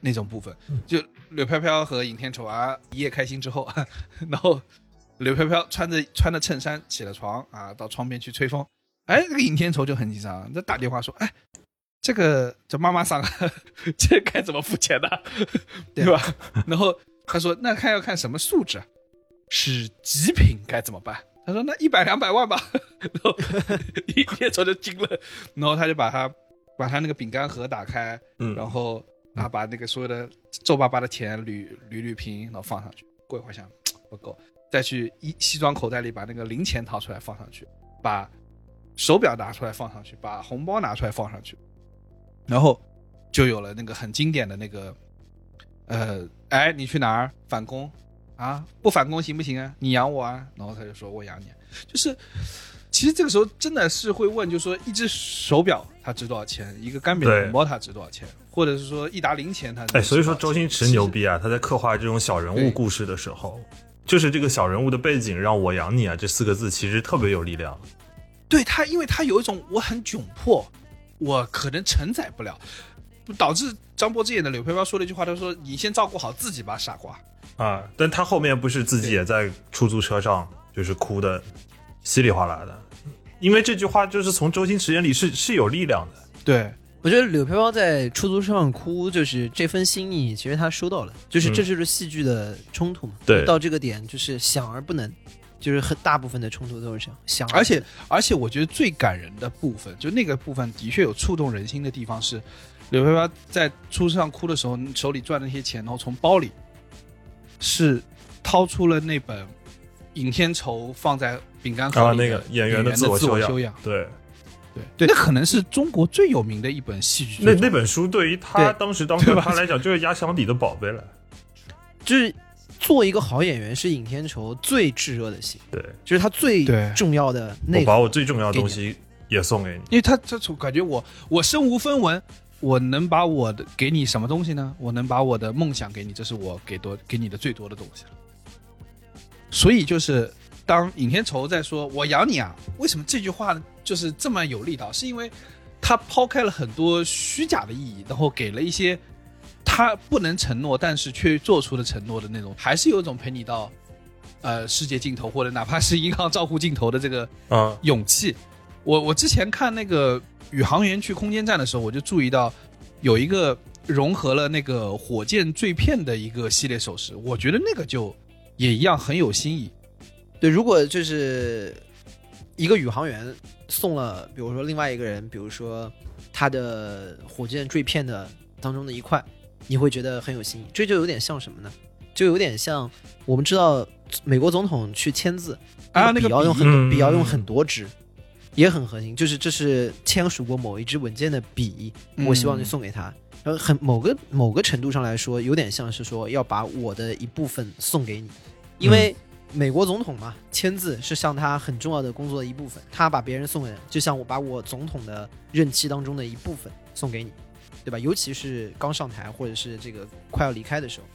Speaker 2: 那种部分。就柳飘飘和尹天仇啊一夜开心之后， 然后柳飘飘穿着穿着衬衫起了床啊，到窗边去吹风。哎，这个尹天仇就很紧张，就打电话说：“哎，这个这妈妈桑啊，
Speaker 6: 这该怎么付钱呢？
Speaker 2: 对吧？然后他说：“那看要看什么素质啊，是极品该怎么办？”他说：“那一百两百万吧。” 然后一天早就惊了，然后他就把他把他那个饼干盒打开，
Speaker 4: 嗯
Speaker 2: 然后啊把那个所有的皱巴巴的钱捋捋捋平，然后放上去。过一会儿想不够，再去衣西装口袋里把那个零钱掏出来放上去，把手表拿出来放上去，把红包拿出来放上去，然后就有了那个很经典的那个，呃，哎，你去哪儿返工啊？不返工行不行啊？你养我啊？然后他就说我养你，就是其实这个时候真的是会问，就是说一只手表它值多少钱，一个干瘪的
Speaker 4: 对
Speaker 2: 红包它值多少钱，或者是说一沓零钱它值多少
Speaker 4: 哎，
Speaker 2: 钱。
Speaker 4: 所以说周星驰
Speaker 2: 其实
Speaker 4: 牛逼啊！他在刻画这种小人物
Speaker 2: 对
Speaker 4: 故事的时候，就是这个小人物的背景让我养你啊这四个字其实特别有力量。
Speaker 2: 对他，因为他有一种我很窘迫，我可能承载不了，导致张柏芝演的柳飘飘说了一句话，他说：“你先照顾好自己吧，傻瓜。
Speaker 4: 啊，但他后面不是自己也在出租车上就是哭的稀里哗啦的，因为这句话就是从周星驰眼里是是有力量的。”
Speaker 2: 对，
Speaker 3: 我觉得柳飘飘在出租车上哭，就是这份心意，其实她收到了，就是
Speaker 4: 嗯
Speaker 3: 这就是戏剧的冲突嘛。
Speaker 4: 对
Speaker 3: 到这个点就是想而不能，就是很大部分的冲突都是这样想而
Speaker 2: 而且而且我觉得最感人的部分，就那个部分的确有触动人心的地方是，柳飘飘在出车上哭的时候，手里攥着那些钱，然后从包里是掏出了那本《尹天仇》放在饼干盒
Speaker 4: 啊，
Speaker 2: 里
Speaker 4: 那
Speaker 2: 面、
Speaker 4: 个
Speaker 2: 演
Speaker 4: 演员的
Speaker 2: 自
Speaker 4: 自我
Speaker 2: 修
Speaker 4: 修养，对，
Speaker 2: 对对，那可能是中国最有名的一本戏剧作
Speaker 4: 那
Speaker 2: 品。
Speaker 4: 那本书对于他
Speaker 2: 对
Speaker 4: 当时当时
Speaker 2: 对吧
Speaker 4: 他来讲就是压箱底的宝贝了。
Speaker 3: 就是做一个好演员是尹天仇最炙热的心，
Speaker 4: 对，
Speaker 3: 就是他最
Speaker 2: 对
Speaker 3: 重要的
Speaker 4: 我
Speaker 3: 内
Speaker 4: 把
Speaker 3: 核。
Speaker 4: 我最重要的东西也送给你。
Speaker 2: 因为他他总感觉我我身无分文，我能把我的给你什么东西呢？我能把我的梦想给你，这是我给多给你的最多的东西了。所以就是当尹天仇在说“我养你啊”，为什么这句话就是这么有力道？是因为他抛开了很多虚假的意义，然后给了一些他不能承诺，但是却做出了承诺的那种，还是有一种陪你到呃世界尽头，或者哪怕是银行账户尽头的这个
Speaker 4: 啊，
Speaker 2: 勇气。我我之前看那个宇航员去空间站的时候，我就注意到有一个融合了那个火箭碎片的一个系列手势，我觉得那个就也一样很有新意。
Speaker 3: 对，如果就是一个宇航员送了，比如说另外一个人，比如说他的火箭坠片的当中的一块，你会觉得很有新意。这就有点像什么呢？就有点像我们知道美国总统去签字
Speaker 2: 啊那个
Speaker 3: 笔要用
Speaker 2: 笔
Speaker 3: 很多笔要
Speaker 4: 嗯
Speaker 3: 用很多支，也很核心。就是这是签署过某一支文件的笔，我希
Speaker 2: 嗯
Speaker 3: 望你送给他。然后很某个某个程度上来说，有点像是说要把我的一部分送给你，因为美国总统嘛，签字是像他很重要的工作的一部分，他把别人送给人，就像我把我总统的任期当中的一部分送给你，对吧？尤其是刚上台或者是这个快要离开的时候，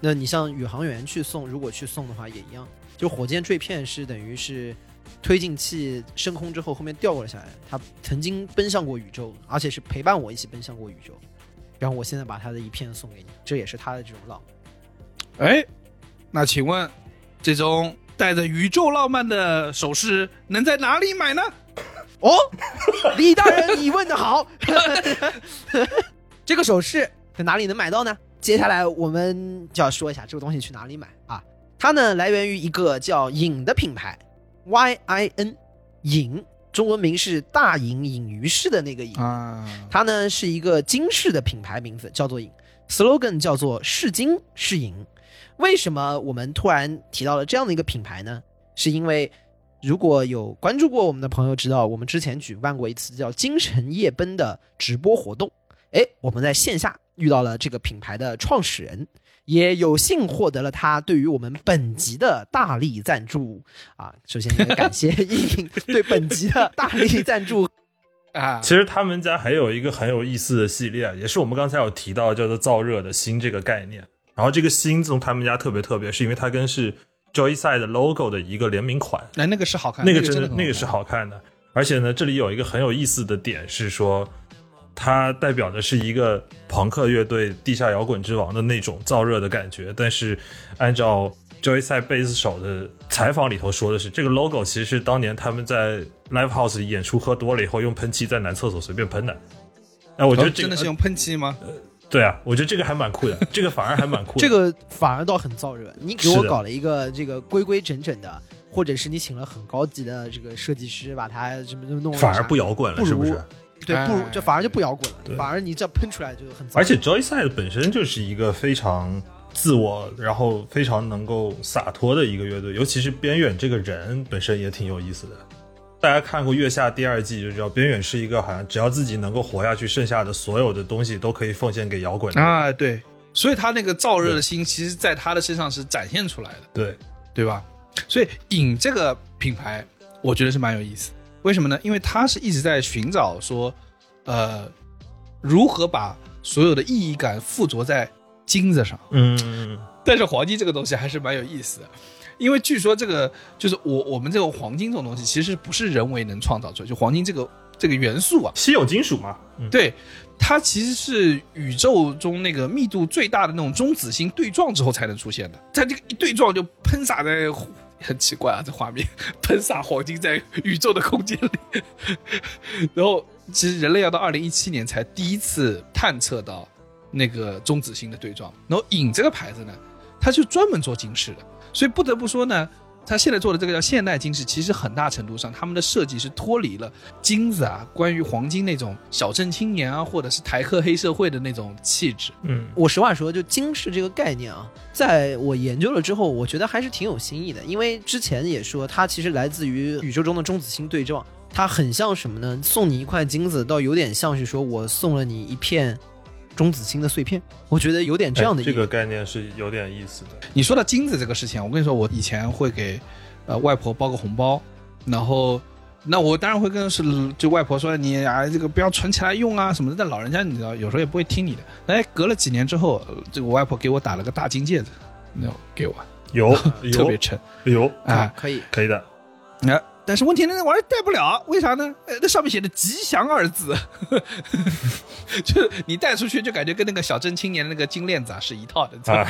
Speaker 3: 那你像宇航员去送，如果去送的话也一样，就火箭坠片是等于是推进器升空之后后面掉过了下来，它曾经奔向过宇宙，而且是陪伴我一起奔向过宇宙，然后我现在把它的一片送给你，这也是他的这种浪漫。
Speaker 2: 哎，那请问这种带着宇宙浪漫的首饰能在哪里买呢？
Speaker 3: 哦，李大人，你问的好。 这个首饰在哪里能买到呢？接下来我们就要说一下这个东西去哪里买啊？它呢来源于一个叫“隐”的品牌，Y I N，隐，中文名是大隐隐于市的那个隐。
Speaker 2: 啊，
Speaker 3: 它呢是一个金饰的品牌名字，叫做影，slogan 叫做“是金是银”。为什么我们突然提到了这样的一个品牌呢？是因为如果有关注过我们的朋友知道，我们之前举办过一次叫“精神夜奔”的直播活动。哎，我们在线下遇到了这个品牌的创始人，也有幸获得了他对于我们本集的大力赞助啊！首先也感谢 应影对本集的大力赞助。
Speaker 6: 啊，
Speaker 4: 其实他们家还有一个很有意思的系列，也是我们刚才有提到叫做“燥热的心”这个概念。然后这个“心”从他们家特别特别，是因为它跟是 Joyside 的 logo 的一个联名款，
Speaker 2: 哎那那个是好看，
Speaker 4: 那个
Speaker 2: 真
Speaker 4: 真
Speaker 2: 的
Speaker 4: 的
Speaker 2: 很
Speaker 4: 那个是
Speaker 2: 看
Speaker 4: 好看的。而且呢，这里有一个很有意思的点是说，它代表的是一个朋克乐队地下摇滚之王的那种燥热的感觉。但是按照 Joyside 贝斯手的采访里头说的是，这个 logo 其实是当年他们在 Live House 里演出喝多了以后，用喷漆在男厕所随便喷的。哎，我觉得
Speaker 2: 哦
Speaker 4: 这
Speaker 2: 真
Speaker 4: 个、
Speaker 2: 的是用喷漆吗？
Speaker 4: 对啊，我觉得这个还蛮酷的，这个反而还蛮酷的。
Speaker 3: 这个反而倒很燥热。你给
Speaker 4: 是
Speaker 3: 我
Speaker 4: 的
Speaker 3: 搞了一个这个规规整整的，或者是你请了很高级的这个设计师，把它什么什么弄了啥，
Speaker 4: 反而不摇滚了，
Speaker 3: 不
Speaker 4: 是不
Speaker 3: 如
Speaker 4: 是？
Speaker 3: 对，不如
Speaker 2: 哎
Speaker 3: 就反而就不摇滚了，
Speaker 4: 对
Speaker 3: 反而你这样喷出来就很燥热。
Speaker 4: 而且 Joyside 本身就是一个非常自我，然后非常能够洒脱的一个乐队，尤其是边远这个人本身也挺有意思的。大家看过《月下》第二季就知道，边远是一个好像只要自己能够活下去，剩下的所有的东西都可以奉献给摇滚的人。
Speaker 2: 啊，对，所以他那个燥热的心，其实在他的身上是展现出来的，
Speaker 4: 对，
Speaker 2: 对吧？所以影这个品牌，我觉得是蛮有意思。为什么呢？因为他是一直在寻找说，呃，如何把所有的意义感附着在金子上。
Speaker 4: 嗯，
Speaker 2: 但是黄金这个东西还是蛮有意思的，因为据说这个就是我我们这种黄金这种东西，其实不是人为能创造出来，就黄金这个这个元素啊，
Speaker 4: 稀有金属嘛，嗯，
Speaker 2: 对，它其实是宇宙中那个密度最大的那种中子星对撞之后才能出现的。它这个一对撞就喷洒在，很奇怪啊，这画面喷洒黄金在宇宙的空间里。 然后，其实人类要到二零一七年才第一次探测到那个中子星的对撞。然后，影这个牌子呢，它就专门做金饰的，所以不得不说呢。它现在做的这个叫现代金饰，其实很大程度上，他们的设计是脱离了金子啊，关于黄金那种小镇青年啊，或者是台客黑社会的那种气质。
Speaker 4: 嗯，
Speaker 3: 我实话说，就金饰这个概念啊，在我研究了之后，我觉得还是挺有新意的。因为之前也说，它其实来自于宇宙中的中子星对撞，它很像什么呢？送你一块金子，倒有点像是说我送了你一片中子星的碎片，我觉得有点这样的意
Speaker 4: 哎
Speaker 3: 义。
Speaker 4: 这个概念是有点意思的。
Speaker 2: 你说到金子这个事情啊，我跟你说，我以前会给呃外婆包个红包，然后那我当然会跟是就外婆说你啊这个不要存起来用啊什么的。但老人家你知道有时候也不会听你的。哎，隔了几年之后，呃这个我外婆给我打了个大金戒指，那给我
Speaker 4: 有
Speaker 2: 特别
Speaker 4: 有
Speaker 2: 沉
Speaker 4: 有，
Speaker 2: 啊。
Speaker 3: 可以，
Speaker 4: 可 以的。
Speaker 2: 哎，但是问题呢，那玩意儿戴不了，为啥呢？呃，那上面写的“吉祥”二字，就是你戴出去就感觉跟那个小镇青年那个金链子啊是一套的，
Speaker 4: 啊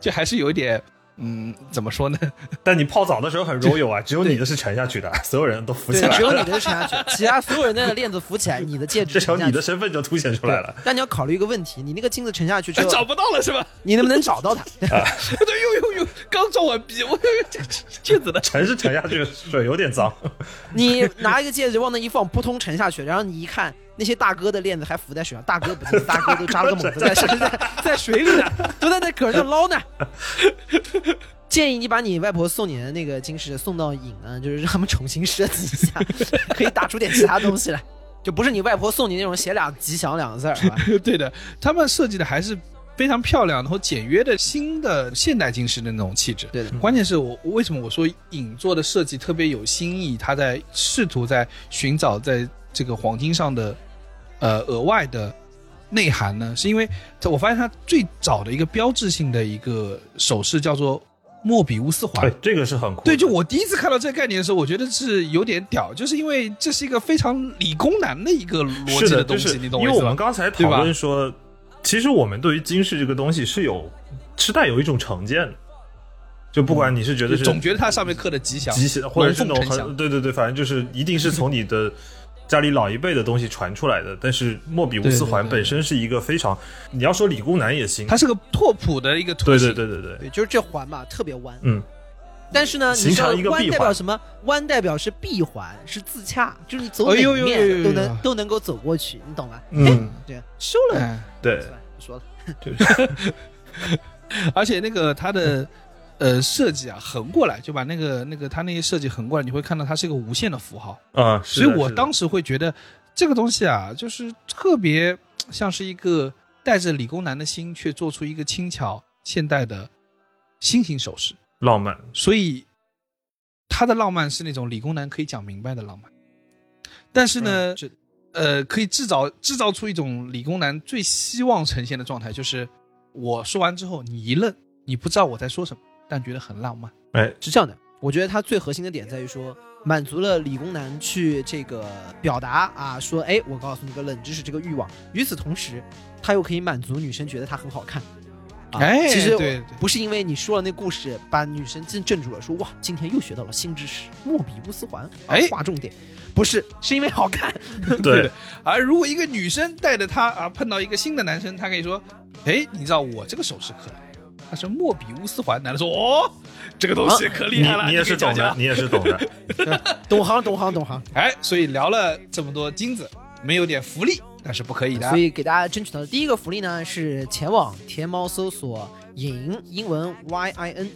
Speaker 2: 就还是有一点，嗯，怎么说呢？
Speaker 4: 但你泡澡的时 候很柔柔啊，只有你的是沉下去的，所有人都浮起来
Speaker 3: 只有
Speaker 4: 了，
Speaker 3: 你的沉下去，其他所有人的链子浮起来，你的戒指
Speaker 4: 这时候
Speaker 3: 沉下
Speaker 4: 你
Speaker 3: 去
Speaker 4: 的身份就凸显出来了。
Speaker 3: 但你要考虑一个问题，你那个金子沉下去之
Speaker 2: 找
Speaker 3: 后，
Speaker 2: 不到了是吧？
Speaker 3: 你能不能找到它？
Speaker 2: 对，又又又刚装完逼，我这戒指呢？
Speaker 4: 沉是沉下去，水有点 脏。
Speaker 3: 你拿一个戒指往那一放，扑通沉下去，然后你一看，那些大哥的链子还浮在水上，大哥不见，大哥都扎了个猛子在水 在在水里呢，都在那壳上捞呢。建议你把你外婆送你的那个金饰送到影呢，就是让他们重新设计一下，可以打出点其他东西来，就不是你外婆送你那种写俩吉祥两个字儿，好吧
Speaker 2: 对的，他们设计的还是非常漂亮，然后简约的新的现代金饰的那种气质。
Speaker 3: 对的，
Speaker 2: 关键是我我为什么我说影座的设计特别有新意，它在试图在寻找在这个黄金上的呃额外的内涵呢？是因为它我发现它最早的一个标志性的一个首饰叫做莫比乌斯环。
Speaker 4: 哎，这个是很酷的。
Speaker 2: 对，就我第一次看到这个概念的时候，我觉得是有点屌，就是因为这是一个非常理工男的一个逻
Speaker 4: 是
Speaker 2: 辑
Speaker 4: 的，
Speaker 2: 东
Speaker 4: 就
Speaker 2: 西，
Speaker 4: 是
Speaker 2: 你
Speaker 4: 因
Speaker 2: 懂我
Speaker 4: 为
Speaker 2: 意
Speaker 4: 我
Speaker 2: 思
Speaker 4: 们
Speaker 2: 吧？
Speaker 4: 刚才
Speaker 2: 对吧
Speaker 4: 讨论说，其实我们对于金饰这个东西是有是带有一种成见的，就不管你是觉得
Speaker 2: 就是总觉得它上面刻的吉祥，
Speaker 4: 吉祥，或者是那
Speaker 2: 龙
Speaker 4: 种
Speaker 2: 凤呈祥
Speaker 4: 很对对对，反正就是一定是从你的家里老一辈的东西传出来的。但是莫比乌斯环本身是一个非常，你要说理工男也行
Speaker 2: 它，是个拓扑的一个图
Speaker 4: 对
Speaker 2: 形，
Speaker 4: 对对对对，
Speaker 3: 对，就是这环嘛，特别弯。
Speaker 4: 嗯，
Speaker 3: 但是呢，你
Speaker 4: 形
Speaker 3: 知道
Speaker 4: 成一个
Speaker 3: 弯
Speaker 4: 闭
Speaker 3: 代表
Speaker 4: 环
Speaker 3: 什么？弯代表是闭环，是自洽，就是你走
Speaker 2: 哎
Speaker 3: 哪
Speaker 2: 呦
Speaker 3: 一
Speaker 2: 呦呦呦
Speaker 3: 面都
Speaker 2: 呦
Speaker 3: 能
Speaker 2: 呦
Speaker 3: 都能够走过去，你懂吧？
Speaker 4: 嗯，
Speaker 3: 对，修了，
Speaker 2: 哎
Speaker 4: 对
Speaker 3: 算了，不说了。
Speaker 2: 而且那个它的呃设计啊，横过来就把那个那个它那些设计横过来，你会看到它是一个无限的符号。
Speaker 4: 啊，
Speaker 2: 所
Speaker 4: 所
Speaker 2: 以我当时会觉得这个东西啊，就是特别像是一个带着理工男的心，却做出一个轻巧现代的新型首饰。
Speaker 4: 浪漫，
Speaker 2: 所以他的浪漫是那种理工男可以讲明白的浪漫，但是呢，这呃，可以制造制造出一种理工男最希望呈现的状态，就是我说完之后你一愣，你不知道我在说什么，但觉得很浪漫。
Speaker 4: 哎，
Speaker 3: 是这样的，我觉得它最核心的点在于说，满足了理工男去这个表达啊，说哎，我告诉你个冷知识这个欲望。与此同时，他又可以满足女生觉得他很好看。啊、
Speaker 2: 哎
Speaker 3: 其实
Speaker 2: 对对
Speaker 3: 不是因为你说了那故事把女生震震住了，说哇，今天又学到了新知识，莫比乌斯环，啊
Speaker 2: 哎
Speaker 3: 划重点，不是，是因为好 看。
Speaker 4: 对
Speaker 2: 的，而如果一个女生带着他啊碰到一个新的男生，他可以说，哎，你知道我这个首饰可爱。他说莫比乌斯环，男的说哦，这个东西可厉
Speaker 4: 你
Speaker 2: 害了，
Speaker 4: 啊你也是
Speaker 2: 可以讲
Speaker 4: 懂的，
Speaker 2: 讲。
Speaker 4: 你也是懂的，
Speaker 3: 懂行，懂行，懂行。
Speaker 2: 哎，所以聊了这么多金子，没有点福利那是不可以的。
Speaker 3: 所以给大家争取到的第一个福利呢，是前往天猫搜索“影”英文 Y I N，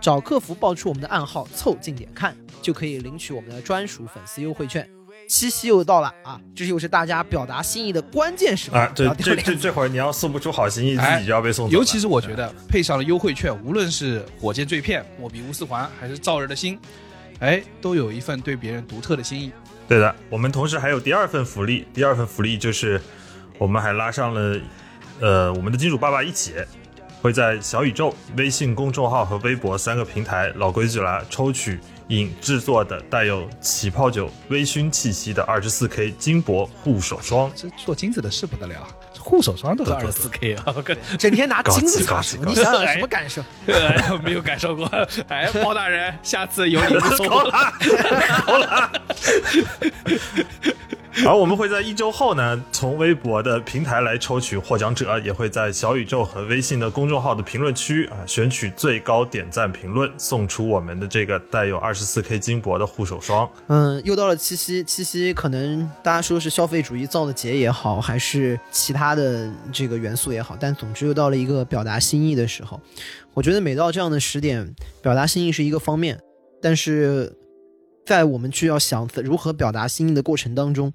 Speaker 3: 找客服报出我们的暗号，凑近点看，就可以领取我们的专属粉丝优惠券。七夕又到了啊，这又是大家表达心意的关键时刻，
Speaker 4: 啊，
Speaker 3: 不
Speaker 4: 对
Speaker 3: 要，掉
Speaker 4: 这这
Speaker 3: 链子。
Speaker 4: 这会儿你要送不出好心意，
Speaker 2: 哎
Speaker 4: 自己就要被送走了，
Speaker 2: 尤其是我觉得配上了优惠券，无论是火箭碎片、莫比乌斯环，还是燥热的心，哎，都有一份对别人独特的心意。
Speaker 4: 对的，我们同时还有第二份福利，第二份福利就是我们还拉上了，呃，我们的金主爸爸一起会在小宇宙、微信公众号和微博三个平台，老规矩啦，抽取影制作的带有起泡酒微醺气息的二十四 K 金箔护手霜。
Speaker 2: 这做金子的是不得了，护手霜都是二十四 K 啊，我跟
Speaker 3: 整天拿金子
Speaker 4: 高
Speaker 3: 擦
Speaker 4: 级
Speaker 3: 手，
Speaker 4: 高级
Speaker 3: 你想想什么感受？
Speaker 2: 哎 我没有感受过。哎，包大人，下次有你 不错
Speaker 4: 够了，够了。而我们会在一周后呢，从微博的平台来抽取获奖者，也会在小宇宙和微信的公众号的评论区啊，选取最高点赞评论，送出我们的这个带有二十四 K 金箔的护手霜。
Speaker 3: 嗯，又到了七夕，七夕可能大家说是消费主义造的节也好，还是其他的这个元素也好，但总之又到了一个表达心意的时候。我觉得每到这样的时点，表达心意是一个方面，但是在我们去要想如何表达心意的过程当中，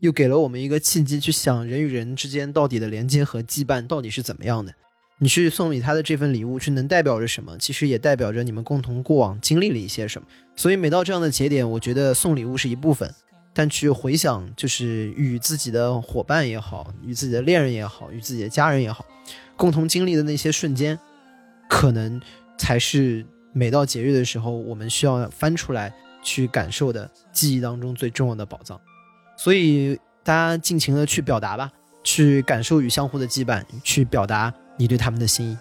Speaker 3: 又给了我们一个契机去想人与人之间到底的连接和羁绊到底是怎么样的。你去送礼他的这份礼物，去能代表着什么？其实也代表着你们共同过往经历了一些什么。所以每到这样的节点，我觉得送礼物是一部分，但去回想，就是与自己的伙伴也好，与自己的恋人也好，与自己的家人也好，共同经历的那些瞬间，可能才是每到节日的时候，我们需要翻出来去感受的记忆当中最重要的宝藏。所以大家尽情的去表达吧，去感受与相互的羁绊，去表达你对他们的心意。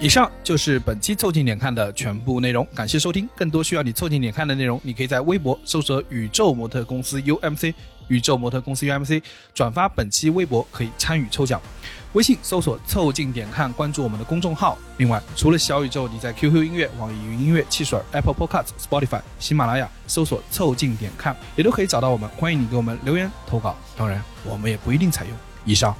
Speaker 2: 以上就是本期凑近点看的全部内容，感谢收听。更多需要你凑近点看的内容，你可以在微博搜索“宇宙模特公司 UMC”，宇宙模特公司 UMC 转发本期微博，可以参与抽奖。微信搜索“凑近点看”，关注我们的公众号。另外，除了小宇宙，你在 QQ 音乐、网易云音乐、汽水、Apple Podcasts、Spotify、喜马拉雅搜索“凑近点看”，也都可以找到我们。欢迎你给我们留言投稿，当然我们也不一定采用。以上